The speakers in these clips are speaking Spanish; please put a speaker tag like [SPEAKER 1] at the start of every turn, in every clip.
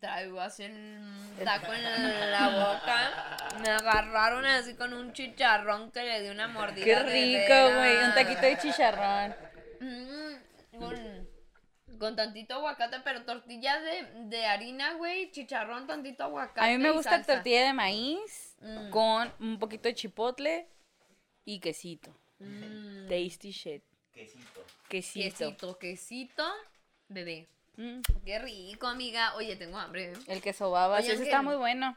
[SPEAKER 1] Traigo así el taco en la boca. Me agarraron así con un chicharrón que le di una mordida.
[SPEAKER 2] Qué
[SPEAKER 1] de
[SPEAKER 2] rico,
[SPEAKER 1] vela.
[SPEAKER 2] güey. Un taquito de chicharrón.
[SPEAKER 1] Mm, con, con tantito aguacate, pero tortilla de, de harina, güey. Chicharrón, tantito aguacate.
[SPEAKER 2] A mí me
[SPEAKER 1] y
[SPEAKER 2] gusta
[SPEAKER 1] salsa.
[SPEAKER 2] tortilla de maíz
[SPEAKER 1] Mm.
[SPEAKER 2] con un poquito de chipotle y quesito.
[SPEAKER 1] Mm,
[SPEAKER 2] Tasty shit.
[SPEAKER 3] Quesito.
[SPEAKER 2] Quesito.
[SPEAKER 1] quesito, quesito. Bebé.
[SPEAKER 2] Mm.
[SPEAKER 1] Qué rico, amiga. Oye, tengo hambre.
[SPEAKER 2] El queso babas,
[SPEAKER 1] Oye,
[SPEAKER 2] ese
[SPEAKER 1] Ángel.
[SPEAKER 2] está muy bueno.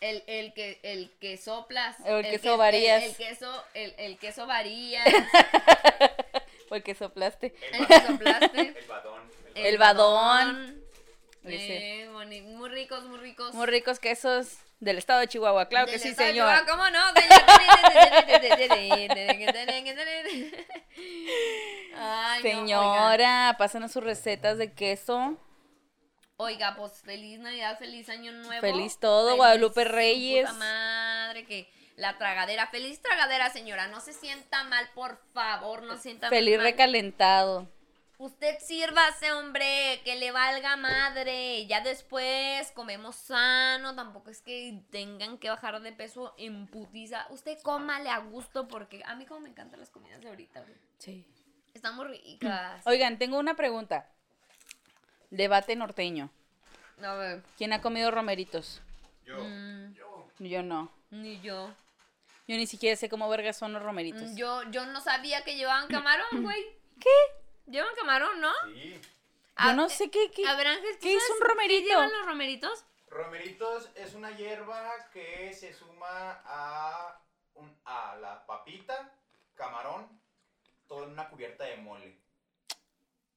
[SPEAKER 1] El, el que el que soplas.
[SPEAKER 2] El queso varías.
[SPEAKER 1] El, el queso, el, el queso varías.
[SPEAKER 2] O el queso plaste.
[SPEAKER 1] El que soplaste.
[SPEAKER 3] El badón. El
[SPEAKER 2] El badón. Ese.
[SPEAKER 1] Eh, boni- muy ricos, muy ricos.
[SPEAKER 2] Muy ricos quesos del estado de Chihuahua, claro que
[SPEAKER 1] Del
[SPEAKER 2] sí,
[SPEAKER 1] estado de
[SPEAKER 2] señor.
[SPEAKER 1] Chihuahua, Ah, ¿Cómo no? señor? Ay, no, oigan.
[SPEAKER 2] Señora, pásanos sus recetas de queso.
[SPEAKER 1] Oiga, pues feliz Navidad, feliz Año Nuevo.
[SPEAKER 2] Feliz todo, Guadalupe Reyes.
[SPEAKER 1] Puta madre, que la tragadera. Feliz tragadera, señora. No se sienta mal, por favor, no se sienta
[SPEAKER 2] Feliz
[SPEAKER 1] mal.
[SPEAKER 2] recalentado.
[SPEAKER 1] Usted sírvase, hombre, que le valga madre. Ya después comemos sano, tampoco es que tengan que bajar de peso en putiza. Usted cómale a gusto porque a mí como me encantan las comidas de ahorita, güey.
[SPEAKER 2] Sí.
[SPEAKER 1] Están muy ricas.
[SPEAKER 2] Oigan, tengo una pregunta. Debate norteño.
[SPEAKER 1] A ver,
[SPEAKER 2] ¿Quién ha comido romeritos?
[SPEAKER 3] Yo.
[SPEAKER 1] mm,
[SPEAKER 2] Yo no.
[SPEAKER 1] ni yo.
[SPEAKER 2] Yo ni siquiera sé cómo vergas son los romeritos.
[SPEAKER 1] Mm, Yo yo no sabía que llevaban camarón, güey. ¿Qué? Llevan camarón, ¿no?
[SPEAKER 3] Sí.
[SPEAKER 2] Mm. Yo
[SPEAKER 1] A-
[SPEAKER 2] no sé qué, qué-
[SPEAKER 1] A ver, Ángel, ¿tú
[SPEAKER 2] ¿qué es
[SPEAKER 1] sabes
[SPEAKER 2] un romerito?
[SPEAKER 1] ¿Qué llevan los romeritos?
[SPEAKER 3] Romeritos es una hierba que se suma a, un- a la papita, camarón, todo en una cubierta de mole.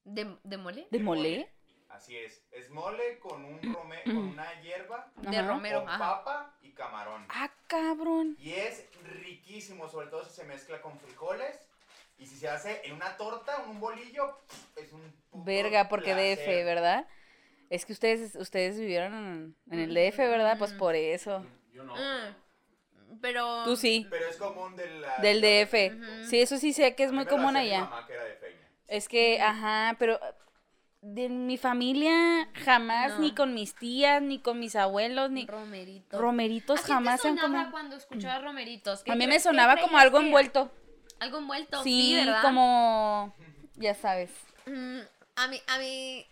[SPEAKER 1] ¿De, de mole?
[SPEAKER 2] ¿De mole? Mm.
[SPEAKER 3] Así es. Es mole con, un rome- con una hierba,
[SPEAKER 1] De
[SPEAKER 2] Ajá.
[SPEAKER 1] romero, Ah.
[SPEAKER 3] con
[SPEAKER 1] ajá.
[SPEAKER 3] papa y camarón.
[SPEAKER 2] Ah, cabrón.
[SPEAKER 3] Y es riquísimo, sobre todo si se mezcla con frijoles. Y si se hace en una torta, en un bolillo, es un puto
[SPEAKER 2] Verga, porque DF,
[SPEAKER 3] placer.
[SPEAKER 2] ¿verdad? Es que ustedes, ustedes vivieron en, en el DF, ¿verdad? Pues por eso.
[SPEAKER 4] Yo no.
[SPEAKER 1] Mm, Pero...
[SPEAKER 2] Tú sí,
[SPEAKER 3] Pero es común de la-
[SPEAKER 2] del DF.
[SPEAKER 1] Ujú.
[SPEAKER 2] Sí, eso sí sé que es
[SPEAKER 3] A mí
[SPEAKER 2] muy
[SPEAKER 3] me lo
[SPEAKER 2] común
[SPEAKER 3] hacía mi
[SPEAKER 2] allá.
[SPEAKER 3] mamá, que era de Peña.
[SPEAKER 2] Es que, ajá, pero eh, de mi familia jamás,
[SPEAKER 1] No.
[SPEAKER 2] ni con mis tías, ni con mis abuelos, ni
[SPEAKER 1] Romerito.
[SPEAKER 2] romeritos
[SPEAKER 1] ¿A ti te
[SPEAKER 2] jamás se han
[SPEAKER 1] sonaba
[SPEAKER 2] comido.
[SPEAKER 1] cuando escuchaba romeritos? ¿Qué
[SPEAKER 2] A mí me
[SPEAKER 1] crees que
[SPEAKER 2] sonaba como
[SPEAKER 1] creías
[SPEAKER 2] algo
[SPEAKER 1] que era?
[SPEAKER 2] envuelto.
[SPEAKER 1] Algo envuelto, sí,
[SPEAKER 2] Sí,
[SPEAKER 1] ¿verdad?
[SPEAKER 2] como, ya sabes.
[SPEAKER 1] Mm, a mí, a mí,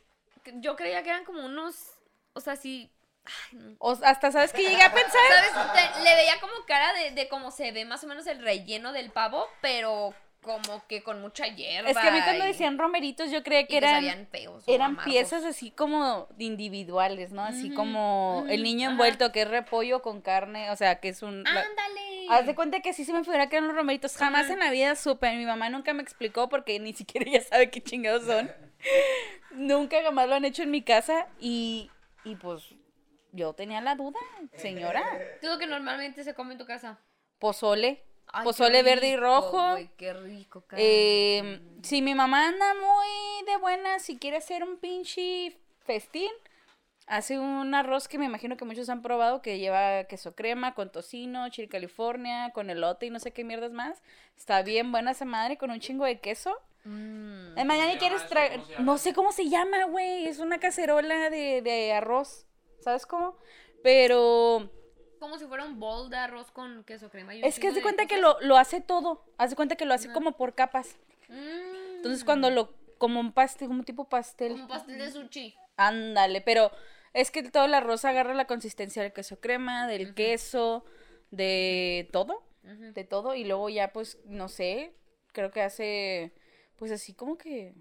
[SPEAKER 1] yo creía que eran como unos, o sea, sí, ay, no.
[SPEAKER 2] O hasta sabes que llegué a pensar.
[SPEAKER 1] ¿sabes? Te- le veía como cara de, de cómo se ve más o menos el relleno del pavo, pero como que con mucha hierba.
[SPEAKER 2] Es que a mí cuando
[SPEAKER 1] y-
[SPEAKER 2] decían romeritos yo creía
[SPEAKER 1] y
[SPEAKER 2] que eran,
[SPEAKER 1] sabían feos o
[SPEAKER 2] eran
[SPEAKER 1] amargos.
[SPEAKER 2] piezas así como de individuales, ¿no? Así
[SPEAKER 1] Ujú,
[SPEAKER 2] como el
[SPEAKER 1] ujú,
[SPEAKER 2] niño
[SPEAKER 1] ajá.
[SPEAKER 2] envuelto que es repollo con carne, o sea, que es un... la-
[SPEAKER 1] ¡Ándale!
[SPEAKER 2] Haz de cuenta que sí se me figura que eran los romeritos. Jamás en la vida supe. Mi mamá nunca me explicó porque ni siquiera ella sabe qué chingados son. nunca jamás lo han hecho en mi casa y, y pues yo tenía la duda, señora.
[SPEAKER 1] ¿Tú lo que normalmente se come en tu casa?
[SPEAKER 2] Pozole.
[SPEAKER 1] Ay, qué
[SPEAKER 2] pozole verde y
[SPEAKER 1] rico,
[SPEAKER 2] rojo.
[SPEAKER 1] güey, qué rico, cara.
[SPEAKER 2] Eh, si mi mamá anda muy de buena, si quiere hacer un pinche festín, hace un arroz que me imagino que muchos han probado, que lleva queso crema, con tocino, chile california, con elote y no sé qué mierdas más. Está bien buena esa madre con un chingo de queso.
[SPEAKER 1] Mm.
[SPEAKER 2] Eh, mañana
[SPEAKER 4] se
[SPEAKER 2] quieres
[SPEAKER 4] llama
[SPEAKER 2] traer...
[SPEAKER 4] eso? ¿Cómo se llama?
[SPEAKER 2] No sé cómo se llama, güey. Es una cacerola de, de arroz. ¿Sabes cómo? Pero
[SPEAKER 1] Como si fuera un bowl de arroz con queso crema. y un
[SPEAKER 2] es que
[SPEAKER 1] chingo
[SPEAKER 2] haz de
[SPEAKER 1] de
[SPEAKER 2] cuenta que
[SPEAKER 1] cosas.
[SPEAKER 2] lo, lo hace todo. Haz de cuenta que lo hace
[SPEAKER 1] Ajá.
[SPEAKER 2] como por capas.
[SPEAKER 1] Mm.
[SPEAKER 2] Entonces cuando lo como un pastel, como un tipo pastel.
[SPEAKER 1] Como pastel de sushi.
[SPEAKER 2] Ándale, pero es que todo el arroz agarra la consistencia del queso crema, del queso, de todo,
[SPEAKER 1] Ujú.
[SPEAKER 2] de todo y luego ya pues no sé, creo que hace pues así como que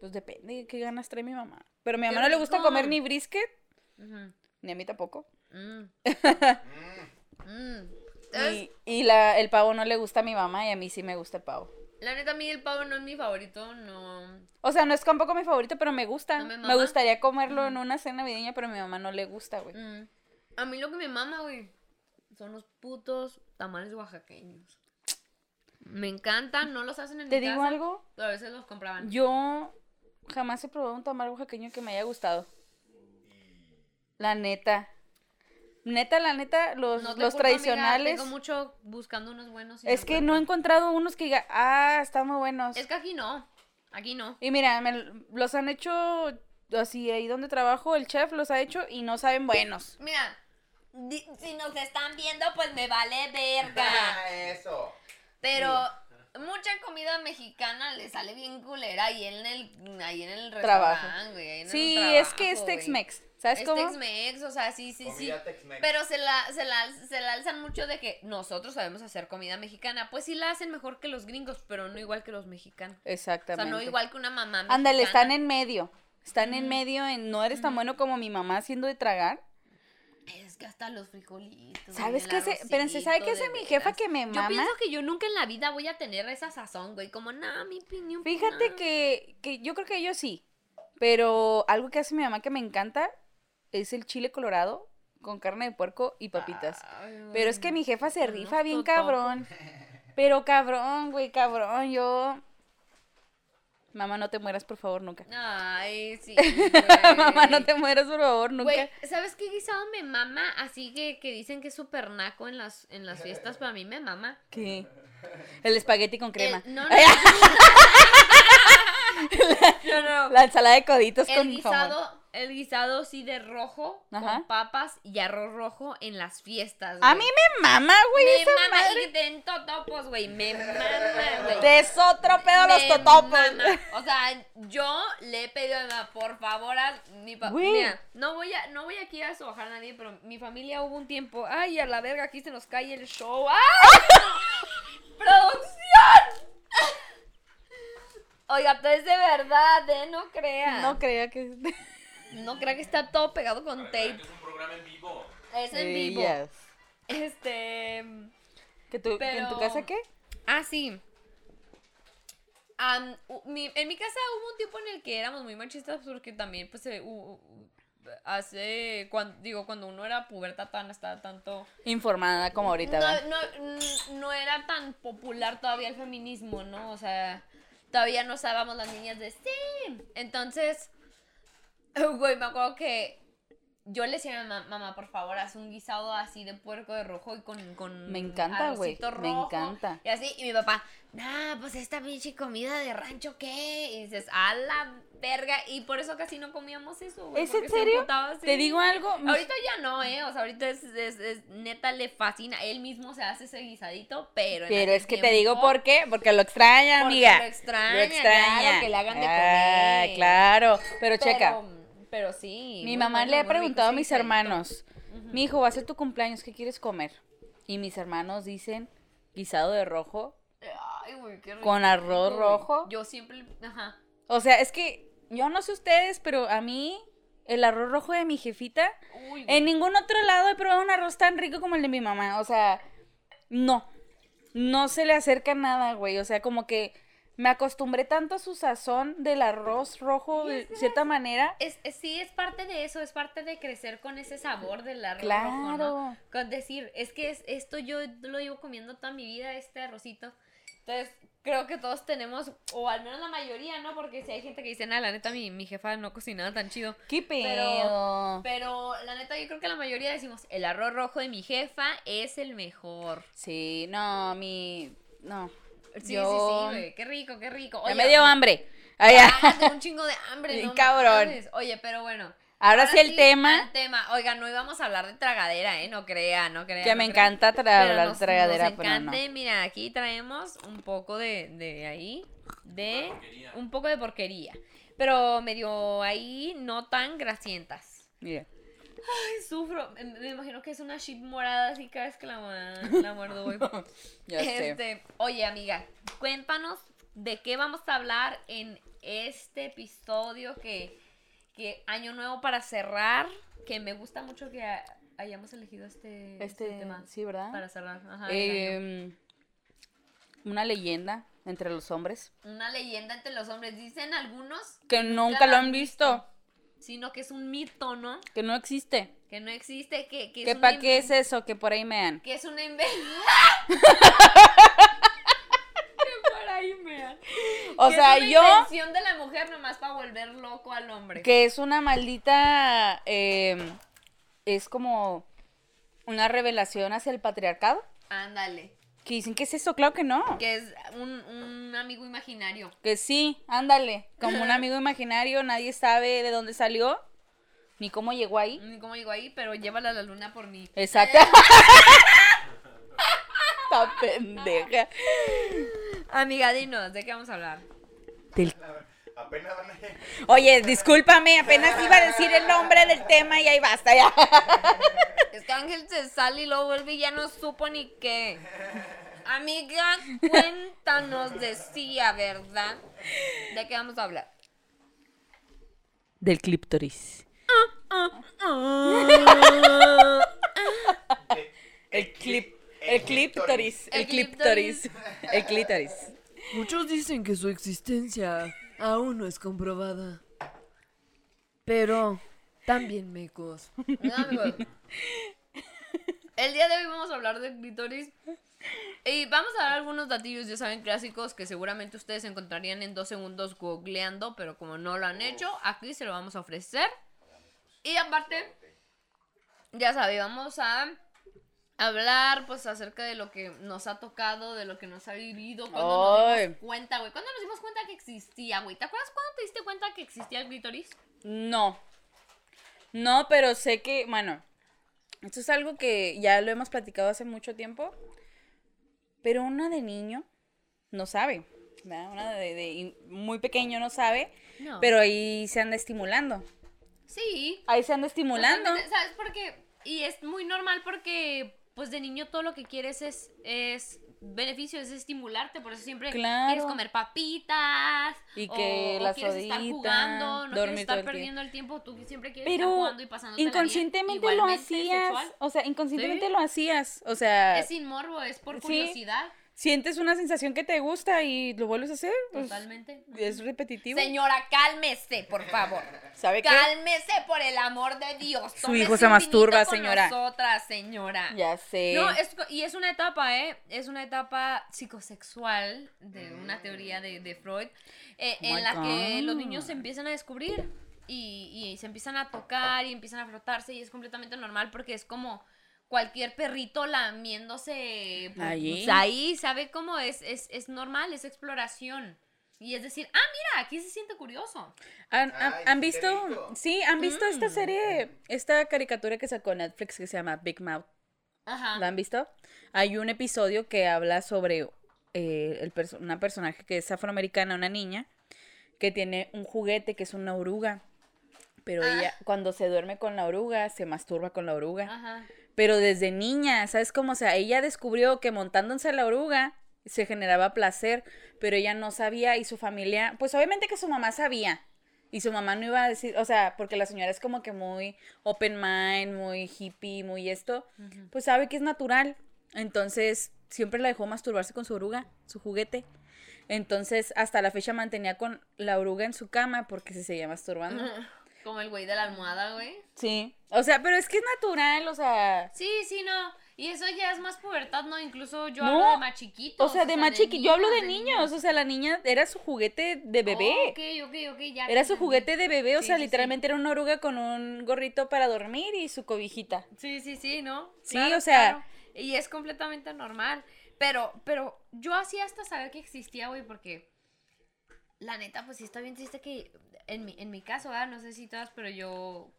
[SPEAKER 2] pues depende de qué ganas trae mi mamá. Pero a mi
[SPEAKER 1] ¡Qué
[SPEAKER 2] mamá no le gusta
[SPEAKER 1] rico!
[SPEAKER 2] comer ni brisket,
[SPEAKER 1] Ujú.
[SPEAKER 2] ni a mí tampoco.
[SPEAKER 1] Mm.
[SPEAKER 3] Mm,
[SPEAKER 1] Mm. ¿Sabes?
[SPEAKER 2] Y, y la, el pavo no le gusta a mi mamá y a mí sí me gusta el pavo.
[SPEAKER 1] La neta, a mí el pavo no es mi favorito, no.
[SPEAKER 2] O sea, no es tampoco mi favorito, pero me gusta.
[SPEAKER 1] ¿No me
[SPEAKER 2] me,
[SPEAKER 1] mama?
[SPEAKER 2] gustaría comerlo en una cena navideña, pero a mi mamá no le gusta, güey.
[SPEAKER 1] Mm. A mí lo que me mama, güey, son los putos tamales oaxaqueños. Me encantan, no los hacen en
[SPEAKER 2] ¿Te
[SPEAKER 1] mi
[SPEAKER 2] digo
[SPEAKER 1] casa, Ah,
[SPEAKER 2] algo?
[SPEAKER 1] Pero a veces los compraban.
[SPEAKER 2] Yo jamás he probado un tamal oaxaqueño que me haya gustado. La neta. Neta, la neta, los,
[SPEAKER 1] No te
[SPEAKER 2] los
[SPEAKER 1] culpo, amiga,
[SPEAKER 2] tradicionales.
[SPEAKER 1] tengo mucho buscando unos buenos. y
[SPEAKER 2] Es que no he
[SPEAKER 1] encuentro.
[SPEAKER 2] encontrado unos que diga, ah, están muy buenos.
[SPEAKER 1] Es que aquí no. Aquí no.
[SPEAKER 2] Y mira, me l- los han hecho así ahí donde trabajo, el chef los ha hecho y no saben buenos.
[SPEAKER 1] Mira, di- si nos están viendo, pues me vale verga.
[SPEAKER 3] Ah, Eso.
[SPEAKER 1] Pero mucha comida mexicana le sale bien culera ahí en el, ahí en el
[SPEAKER 2] Trabajo.
[SPEAKER 1] restaurante, güey. ahí en el
[SPEAKER 2] Sí, es que
[SPEAKER 1] trabajo,
[SPEAKER 2] es
[SPEAKER 1] güey.
[SPEAKER 2] Tex-Mex. ¿Sabes
[SPEAKER 1] Es
[SPEAKER 2] cómo?
[SPEAKER 1] Tex-Mex, o sea, sí, sí, sí.
[SPEAKER 3] Comida Tex-Mex.
[SPEAKER 1] Pero se la, se, la, se la alzan mucho de que nosotros sabemos hacer comida mexicana. Pues sí la hacen mejor que los gringos, pero no igual que los mexicanos. O sea,
[SPEAKER 2] Exactamente.
[SPEAKER 1] no igual que una mamá mexicana.
[SPEAKER 2] Ándale, están en medio. Están en medio en no eres tan bueno como mi mamá haciendo de tragar.
[SPEAKER 1] Es que hasta los frijolitos.
[SPEAKER 2] ¿Sabes
[SPEAKER 1] el
[SPEAKER 2] qué hace?
[SPEAKER 1] arrocito,
[SPEAKER 2] Espérense, ¿sabe qué
[SPEAKER 1] de
[SPEAKER 2] hace mi
[SPEAKER 1] veras.
[SPEAKER 2] jefa que me
[SPEAKER 1] Yo
[SPEAKER 2] mama?
[SPEAKER 1] pienso que yo nunca en la vida voy a tener esa sazón, güey. Como, nada, mi opinión.
[SPEAKER 2] Fíjate que, que yo creo que yo sí. Pero algo que hace mi mamá que me encanta es el chile colorado con carne de puerco y papitas. Pero es que mi jefa se
[SPEAKER 1] Ah, Unos
[SPEAKER 2] rifa bien
[SPEAKER 1] totopos.
[SPEAKER 2] cabrón. Pero cabrón, güey, cabrón, yo... Mamá, no te mueras, por favor, nunca.
[SPEAKER 1] Ay, sí.
[SPEAKER 2] Mamá,
[SPEAKER 1] güey.
[SPEAKER 2] no te mueras, por favor, nunca.
[SPEAKER 1] Güey, ¿sabes qué guisado me mama? Así que, que dicen que es súper naco en las, en las fiestas, para mí me mama.
[SPEAKER 2] ¿Qué? El espagueti con crema.
[SPEAKER 1] El- Eh, no, no, no, no, no, no.
[SPEAKER 2] La ensalada de coditos
[SPEAKER 1] el
[SPEAKER 2] con
[SPEAKER 1] guisado,
[SPEAKER 2] jamón.
[SPEAKER 1] el guisado sí de rojo,
[SPEAKER 2] Ajá.
[SPEAKER 1] con papas y arroz rojo en las fiestas.
[SPEAKER 2] A
[SPEAKER 1] güey.
[SPEAKER 2] mí me mama, güey,
[SPEAKER 1] me
[SPEAKER 2] esa
[SPEAKER 1] mama
[SPEAKER 2] madre.
[SPEAKER 1] y que te den totopos, güey. Me mama, güey.
[SPEAKER 2] Te es otro pedo los
[SPEAKER 1] Me
[SPEAKER 2] totopos.
[SPEAKER 1] mama. O sea, yo le he pedido a mi mamá, por favor, a mi papá.
[SPEAKER 2] Güey.
[SPEAKER 1] Mira, no voy, a, no voy aquí a sobajar a nadie, pero mi familia hubo un tiempo. Ay, a la verga, aquí se nos cae el show. ¡Ay! ¡Producción! Oiga, pero es de verdad, ¿eh? No crea.
[SPEAKER 2] No creía que...
[SPEAKER 1] No crea que está todo pegado con tape.
[SPEAKER 4] Es un programa en vivo.
[SPEAKER 1] Es en vivo.
[SPEAKER 2] Yes.
[SPEAKER 1] Este.
[SPEAKER 2] ¿Que tú- que ¿En
[SPEAKER 1] Pero-
[SPEAKER 2] tu casa qué?
[SPEAKER 1] Ah, sí. Am, u- mi- en mi casa hubo un tiempo en el que éramos muy machistas porque también, pues, eh, u- u- hace, cuando, digo, cuando uno era puberta tan, estaba tanto...
[SPEAKER 2] Informada como ahorita,
[SPEAKER 1] no,
[SPEAKER 2] ¿va?
[SPEAKER 1] no, mm, no era tan popular todavía el feminismo, ¿no? O sea, todavía no usábamos las niñas de sí. Entonces, güey, me acuerdo que yo le decía a mi mamá, mamá, por favor, haz un guisado así de puerco de rojo y con. con
[SPEAKER 2] Me encanta, güey,
[SPEAKER 1] arrocito
[SPEAKER 2] me
[SPEAKER 1] rojo",
[SPEAKER 2] encanta.
[SPEAKER 1] Y así, y mi papá, nah, pues esta pinche comida de rancho, ¿qué? Y dices, a la verga. Y por eso casi no comíamos eso, güey.
[SPEAKER 2] ¿Es en
[SPEAKER 1] porque se
[SPEAKER 2] serio?
[SPEAKER 1] emputaba,
[SPEAKER 2] Te
[SPEAKER 1] sí.
[SPEAKER 2] digo algo. mis-
[SPEAKER 1] Ahorita ya no, ¿eh? O sea, ahorita es, es- es- neta le fascina. Él mismo se hace ese guisadito, pero. en
[SPEAKER 2] Pero
[SPEAKER 1] aquel
[SPEAKER 2] es que te digo
[SPEAKER 1] tiempo,
[SPEAKER 2] por qué. Porque lo extraña,
[SPEAKER 1] porque
[SPEAKER 2] amiga.
[SPEAKER 1] Lo extraña.
[SPEAKER 2] Lo extraña.
[SPEAKER 1] claro, que le hagan de
[SPEAKER 2] Ah,
[SPEAKER 1] comer.
[SPEAKER 2] claro. Pero,
[SPEAKER 1] Pero-
[SPEAKER 2] checa,
[SPEAKER 1] Pero sí.
[SPEAKER 2] mi
[SPEAKER 1] muy
[SPEAKER 2] mamá
[SPEAKER 1] bueno,
[SPEAKER 2] le ha
[SPEAKER 1] muy rico
[SPEAKER 2] preguntado a
[SPEAKER 1] ese
[SPEAKER 2] mis
[SPEAKER 1] guisadito.
[SPEAKER 2] hermanos: Mi hijo, va a ser tu cumpleaños, ¿qué quieres comer? Y mis hermanos dicen: guisado de rojo.
[SPEAKER 1] Ay, güey, qué rico.
[SPEAKER 2] Con arroz
[SPEAKER 1] güey.
[SPEAKER 2] rojo.
[SPEAKER 1] Yo siempre. Ajá.
[SPEAKER 2] O sea, es que yo no sé ustedes, pero a mí el arroz rojo de mi jefita,
[SPEAKER 1] Uy,
[SPEAKER 2] en ningún otro lado he probado un arroz tan rico como el de mi mamá. O sea, no. No se le acerca nada, güey. O sea, como que me acostumbré tanto a su sazón del arroz rojo de cierta manera.
[SPEAKER 1] Es, es- sí, es parte de eso, es parte de crecer con ese sabor del arroz rojo,
[SPEAKER 2] Claro.
[SPEAKER 1] ¿no? Con decir, es que es, esto yo lo llevo comiendo toda mi vida, este arrocito. Entonces, creo que todos tenemos, o al menos la mayoría, ¿no? Porque si hay gente que dice, ah, la neta, mi, mi jefa no cocinaba tan chido.
[SPEAKER 2] ¡Qué pedo!
[SPEAKER 1] Pero, pero la neta, yo creo que la mayoría decimos, el arroz rojo de mi jefa es el mejor.
[SPEAKER 2] Sí, no, mi... No.
[SPEAKER 1] Sí, sí,
[SPEAKER 2] Yo-
[SPEAKER 1] sí, güey, qué rico, qué rico.
[SPEAKER 2] Ya
[SPEAKER 1] Oye,
[SPEAKER 2] me dio hambre. Ay, ya.
[SPEAKER 1] ah, tengo un chingo de hambre,
[SPEAKER 2] Bien
[SPEAKER 1] no
[SPEAKER 2] cabrón.
[SPEAKER 1] mames. Oye, pero bueno.
[SPEAKER 2] Ahora sí el tema.
[SPEAKER 1] al tema. Oiga, no íbamos a hablar de tragadera, ¿eh? No crea, no crea.
[SPEAKER 2] Que
[SPEAKER 1] no
[SPEAKER 2] me
[SPEAKER 1] crea.
[SPEAKER 2] encanta tra-
[SPEAKER 1] Pero
[SPEAKER 2] hablar
[SPEAKER 1] nos-
[SPEAKER 2] de tragadera,
[SPEAKER 1] nos
[SPEAKER 2] pero no.
[SPEAKER 1] encanta. Mira, aquí traemos un poco de, de ahí, de
[SPEAKER 4] porquería.
[SPEAKER 1] un poco de porquería. Pero medio ahí, no tan grasientas.
[SPEAKER 2] Mira.
[SPEAKER 1] Ay, sufro. Me, me imagino que es una chip morada así cada vez que la, mu- la muerdo, güey.
[SPEAKER 2] Ya sé.
[SPEAKER 1] Este, oye, amiga, cuéntanos de qué vamos a hablar en este episodio que, que Año Nuevo para cerrar, que me gusta mucho que ha- hayamos elegido este, este
[SPEAKER 2] Este,
[SPEAKER 1] tema
[SPEAKER 2] sí, ¿verdad?
[SPEAKER 1] para cerrar. Ajá, el año.
[SPEAKER 2] Eh, una leyenda entre los hombres
[SPEAKER 1] Una leyenda entre los hombres, dicen algunos,
[SPEAKER 2] que nunca
[SPEAKER 1] la
[SPEAKER 2] lo
[SPEAKER 1] han
[SPEAKER 2] han visto,
[SPEAKER 1] sino que es un mito, ¿no?
[SPEAKER 2] que no existe.
[SPEAKER 1] Que no existe, que, que,
[SPEAKER 2] ¿Que
[SPEAKER 1] es, una
[SPEAKER 2] para
[SPEAKER 1] inven-
[SPEAKER 2] qué es eso? Que por ahí me dan.
[SPEAKER 1] que es una invención. que por ahí me dan.
[SPEAKER 2] O
[SPEAKER 1] Que
[SPEAKER 2] sea,
[SPEAKER 1] es una
[SPEAKER 2] yo
[SPEAKER 1] invención de la mujer nomás para volver loco al hombre.
[SPEAKER 2] que es una maldita, eh, es como una revelación hacia el patriarcado.
[SPEAKER 1] Ándale.
[SPEAKER 2] Que dicen, ¿qué es eso? Claro que no.
[SPEAKER 1] Que es un, un amigo imaginario.
[SPEAKER 2] Que sí, ándale. Como un amigo imaginario, nadie sabe de dónde salió, ni cómo llegó ahí.
[SPEAKER 1] Ni cómo llegó ahí, pero llévala a la luna por mí.
[SPEAKER 2] Exacto. Esta pendeja.
[SPEAKER 1] Amiga, dinos, ¿de qué vamos a hablar?
[SPEAKER 2] Del-
[SPEAKER 3] Apenas van a llegar.
[SPEAKER 2] Oye, discúlpame, apenas iba a decir el nombre del tema y ahí basta ya.
[SPEAKER 1] Es que Ángel se sale y luego vuelve y ya no supo ni qué. Amiga, cuéntanos, decía, ¿verdad? ¿De qué vamos a hablar?
[SPEAKER 2] Del clíptoris.
[SPEAKER 1] Ah.
[SPEAKER 3] Eh,
[SPEAKER 2] El clip.
[SPEAKER 3] el
[SPEAKER 2] El clíptoris. El
[SPEAKER 1] El
[SPEAKER 2] clíptoris. El clítoris.
[SPEAKER 4] Muchos dicen que su existencia aún no es comprobada. Pero también mecos.
[SPEAKER 1] No, amigos. El día de hoy vamos a hablar de clítoris. Y vamos a dar algunos datillos, ya saben, clásicos que seguramente ustedes encontrarían en dos segundos googleando, pero como no lo han hecho, aquí se lo vamos a ofrecer. Y aparte, ya saben, vamos a hablar pues acerca de lo que nos ha tocado, de lo que nos ha vivido, cuando nos
[SPEAKER 2] Ay.
[SPEAKER 1] dimos cuenta, güey. ¿Cuándo nos dimos cuenta que existía, güey? ¿Te acuerdas cuándo te diste cuenta que existía el clítoris?
[SPEAKER 2] No. No, pero sé que, bueno, esto es algo que ya lo hemos platicado hace mucho tiempo, pero uno de niño no sabe, ¿verdad? Uno de, de- muy pequeño no sabe,
[SPEAKER 1] No.
[SPEAKER 2] pero ahí se anda estimulando.
[SPEAKER 1] Sí,
[SPEAKER 2] Ahí se anda estimulando.
[SPEAKER 1] Totalmente, ¿Sabes por qué? Y es muy normal porque, pues de niño todo lo que quieres es, es beneficio, es estimularte. Por eso siempre
[SPEAKER 2] Claro.
[SPEAKER 1] quieres comer papitas.
[SPEAKER 2] Y que
[SPEAKER 1] o
[SPEAKER 2] la
[SPEAKER 1] quieres estar
[SPEAKER 2] sodita,
[SPEAKER 1] jugando, no
[SPEAKER 2] dormir
[SPEAKER 1] quieres
[SPEAKER 2] todo
[SPEAKER 1] estar
[SPEAKER 2] el día.
[SPEAKER 1] perdiendo el tiempo. Tú siempre quieres estar
[SPEAKER 2] Pero
[SPEAKER 1] jugando y pasando
[SPEAKER 2] inconscientemente lo hacías, o sea, inconscientemente lo hacías, o sea,
[SPEAKER 1] Es sin morbo, es por
[SPEAKER 2] Sí.
[SPEAKER 1] curiosidad.
[SPEAKER 2] sientes una sensación que te gusta y lo vuelves a hacer, pues,
[SPEAKER 1] Totalmente.
[SPEAKER 2] es repetitivo.
[SPEAKER 1] Señora, cálmese, por favor.
[SPEAKER 2] ¿Sabe qué?
[SPEAKER 1] Cálmese por el amor de Dios.
[SPEAKER 2] Su
[SPEAKER 1] Tómese
[SPEAKER 2] hijo se
[SPEAKER 1] un vinito
[SPEAKER 2] masturba,
[SPEAKER 1] con
[SPEAKER 2] señora.
[SPEAKER 1] Nosotras, señora.
[SPEAKER 2] Ya sé.
[SPEAKER 1] No, es co- y es una etapa, ¿eh? Es una etapa psicosexual de una teoría de, de Freud eh,
[SPEAKER 2] Mm. Oh my
[SPEAKER 1] en la que
[SPEAKER 2] God.
[SPEAKER 1] los niños se empiezan a descubrir y, y se empiezan a tocar y empiezan a frotarse y es completamente normal porque es como cualquier perrito lamiéndose pues,
[SPEAKER 2] Ahí.
[SPEAKER 1] pues, ahí, ¿sabe cómo? Es, es, es normal, es exploración. Y es decir, ah, mira, aquí se siente curioso.
[SPEAKER 2] ¿Han, han-
[SPEAKER 3] Ay,
[SPEAKER 2] han
[SPEAKER 3] qué
[SPEAKER 2] visto?
[SPEAKER 3] rico.
[SPEAKER 2] Sí, han visto esta
[SPEAKER 1] Mm.
[SPEAKER 2] serie, esta caricatura que sacó Netflix que se llama Big Mouth.
[SPEAKER 1] Ajá.
[SPEAKER 2] ¿La han visto? Hay un episodio que habla sobre eh, el perso- una personaje que es afroamericana, una niña, que tiene un juguete que es una oruga. Pero ella, cuando se duerme con la oruga, se masturba con la oruga.
[SPEAKER 1] Ajá.
[SPEAKER 2] Pero desde niña, ¿sabes cómo? O sea, ella descubrió que montándose a la oruga se generaba placer, pero ella no sabía y su familia, pues obviamente que su mamá sabía. Y su mamá no iba a decir, o sea, porque la señora es como que muy open mind, muy hippie, muy esto,
[SPEAKER 1] Ujú.
[SPEAKER 2] pues sabe que es natural. Entonces, siempre la dejó masturbarse con su oruga, su juguete. Entonces, hasta la fecha mantenía con la oruga en su cama porque se seguía masturbando.
[SPEAKER 1] Como el güey de la almohada, güey.
[SPEAKER 2] Sí. O sea, pero es que es natural, o sea,
[SPEAKER 1] Sí, sí, no. Y eso ya es más pubertad, ¿no? Incluso yo
[SPEAKER 2] No,
[SPEAKER 1] hablo de más chiquitos.
[SPEAKER 2] O sea, de más chiqui, yo hablo de
[SPEAKER 1] niños, Oh,
[SPEAKER 2] niños, o sea, la niña era su juguete de bebé.
[SPEAKER 1] Ok, ok, ok, ya.
[SPEAKER 2] Era su
[SPEAKER 1] entendí.
[SPEAKER 2] juguete de bebé, o
[SPEAKER 1] Sí,
[SPEAKER 2] sea,
[SPEAKER 1] sí, sí.
[SPEAKER 2] literalmente era una oruga con un gorrito para dormir y su cobijita.
[SPEAKER 1] Sí, sí, sí, ¿no?
[SPEAKER 2] Sí, o sea-
[SPEAKER 1] Y es completamente normal. Pero, pero yo hacía hasta saber que existía, güey, porque la neta, pues sí está bien triste que en mi, en mi caso, ah, no sé si todas, pero yo,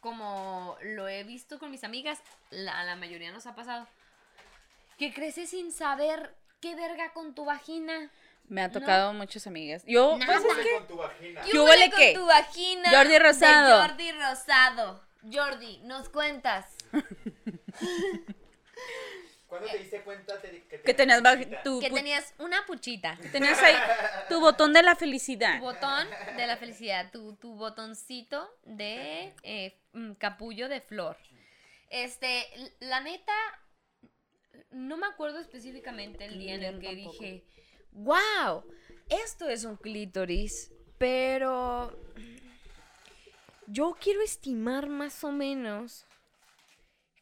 [SPEAKER 1] como lo he visto con mis amigas, la, a la mayoría nos ha pasado, que creces sin saber qué verga con tu vagina.
[SPEAKER 2] Me ha tocado muchas amigas. Yo,
[SPEAKER 1] Nada.
[SPEAKER 2] pues es que,
[SPEAKER 3] con tu vagina.
[SPEAKER 2] ¿Qué huele
[SPEAKER 1] con
[SPEAKER 2] qué?
[SPEAKER 1] tu vagina?
[SPEAKER 2] Jordi
[SPEAKER 1] de
[SPEAKER 2] Rosado.
[SPEAKER 1] Jordi Rosado. Jordi, nos cuentas.
[SPEAKER 3] ¿Cuándo te diste cuenta te- que,
[SPEAKER 2] que tenías
[SPEAKER 3] vagina?
[SPEAKER 2] baj- tu,
[SPEAKER 1] Que
[SPEAKER 2] pu-
[SPEAKER 1] tenías una puchita.
[SPEAKER 2] tenías ahí tu botón de la felicidad.
[SPEAKER 1] Tu botón de la felicidad. Tu, tu botoncito de eh, mm, capullo de flor. Este, l- la neta, no me acuerdo específicamente el día en
[SPEAKER 2] Yo
[SPEAKER 1] el que
[SPEAKER 2] tampoco.
[SPEAKER 1] dije, wow, esto es un clítoris, pero yo quiero estimar más o menos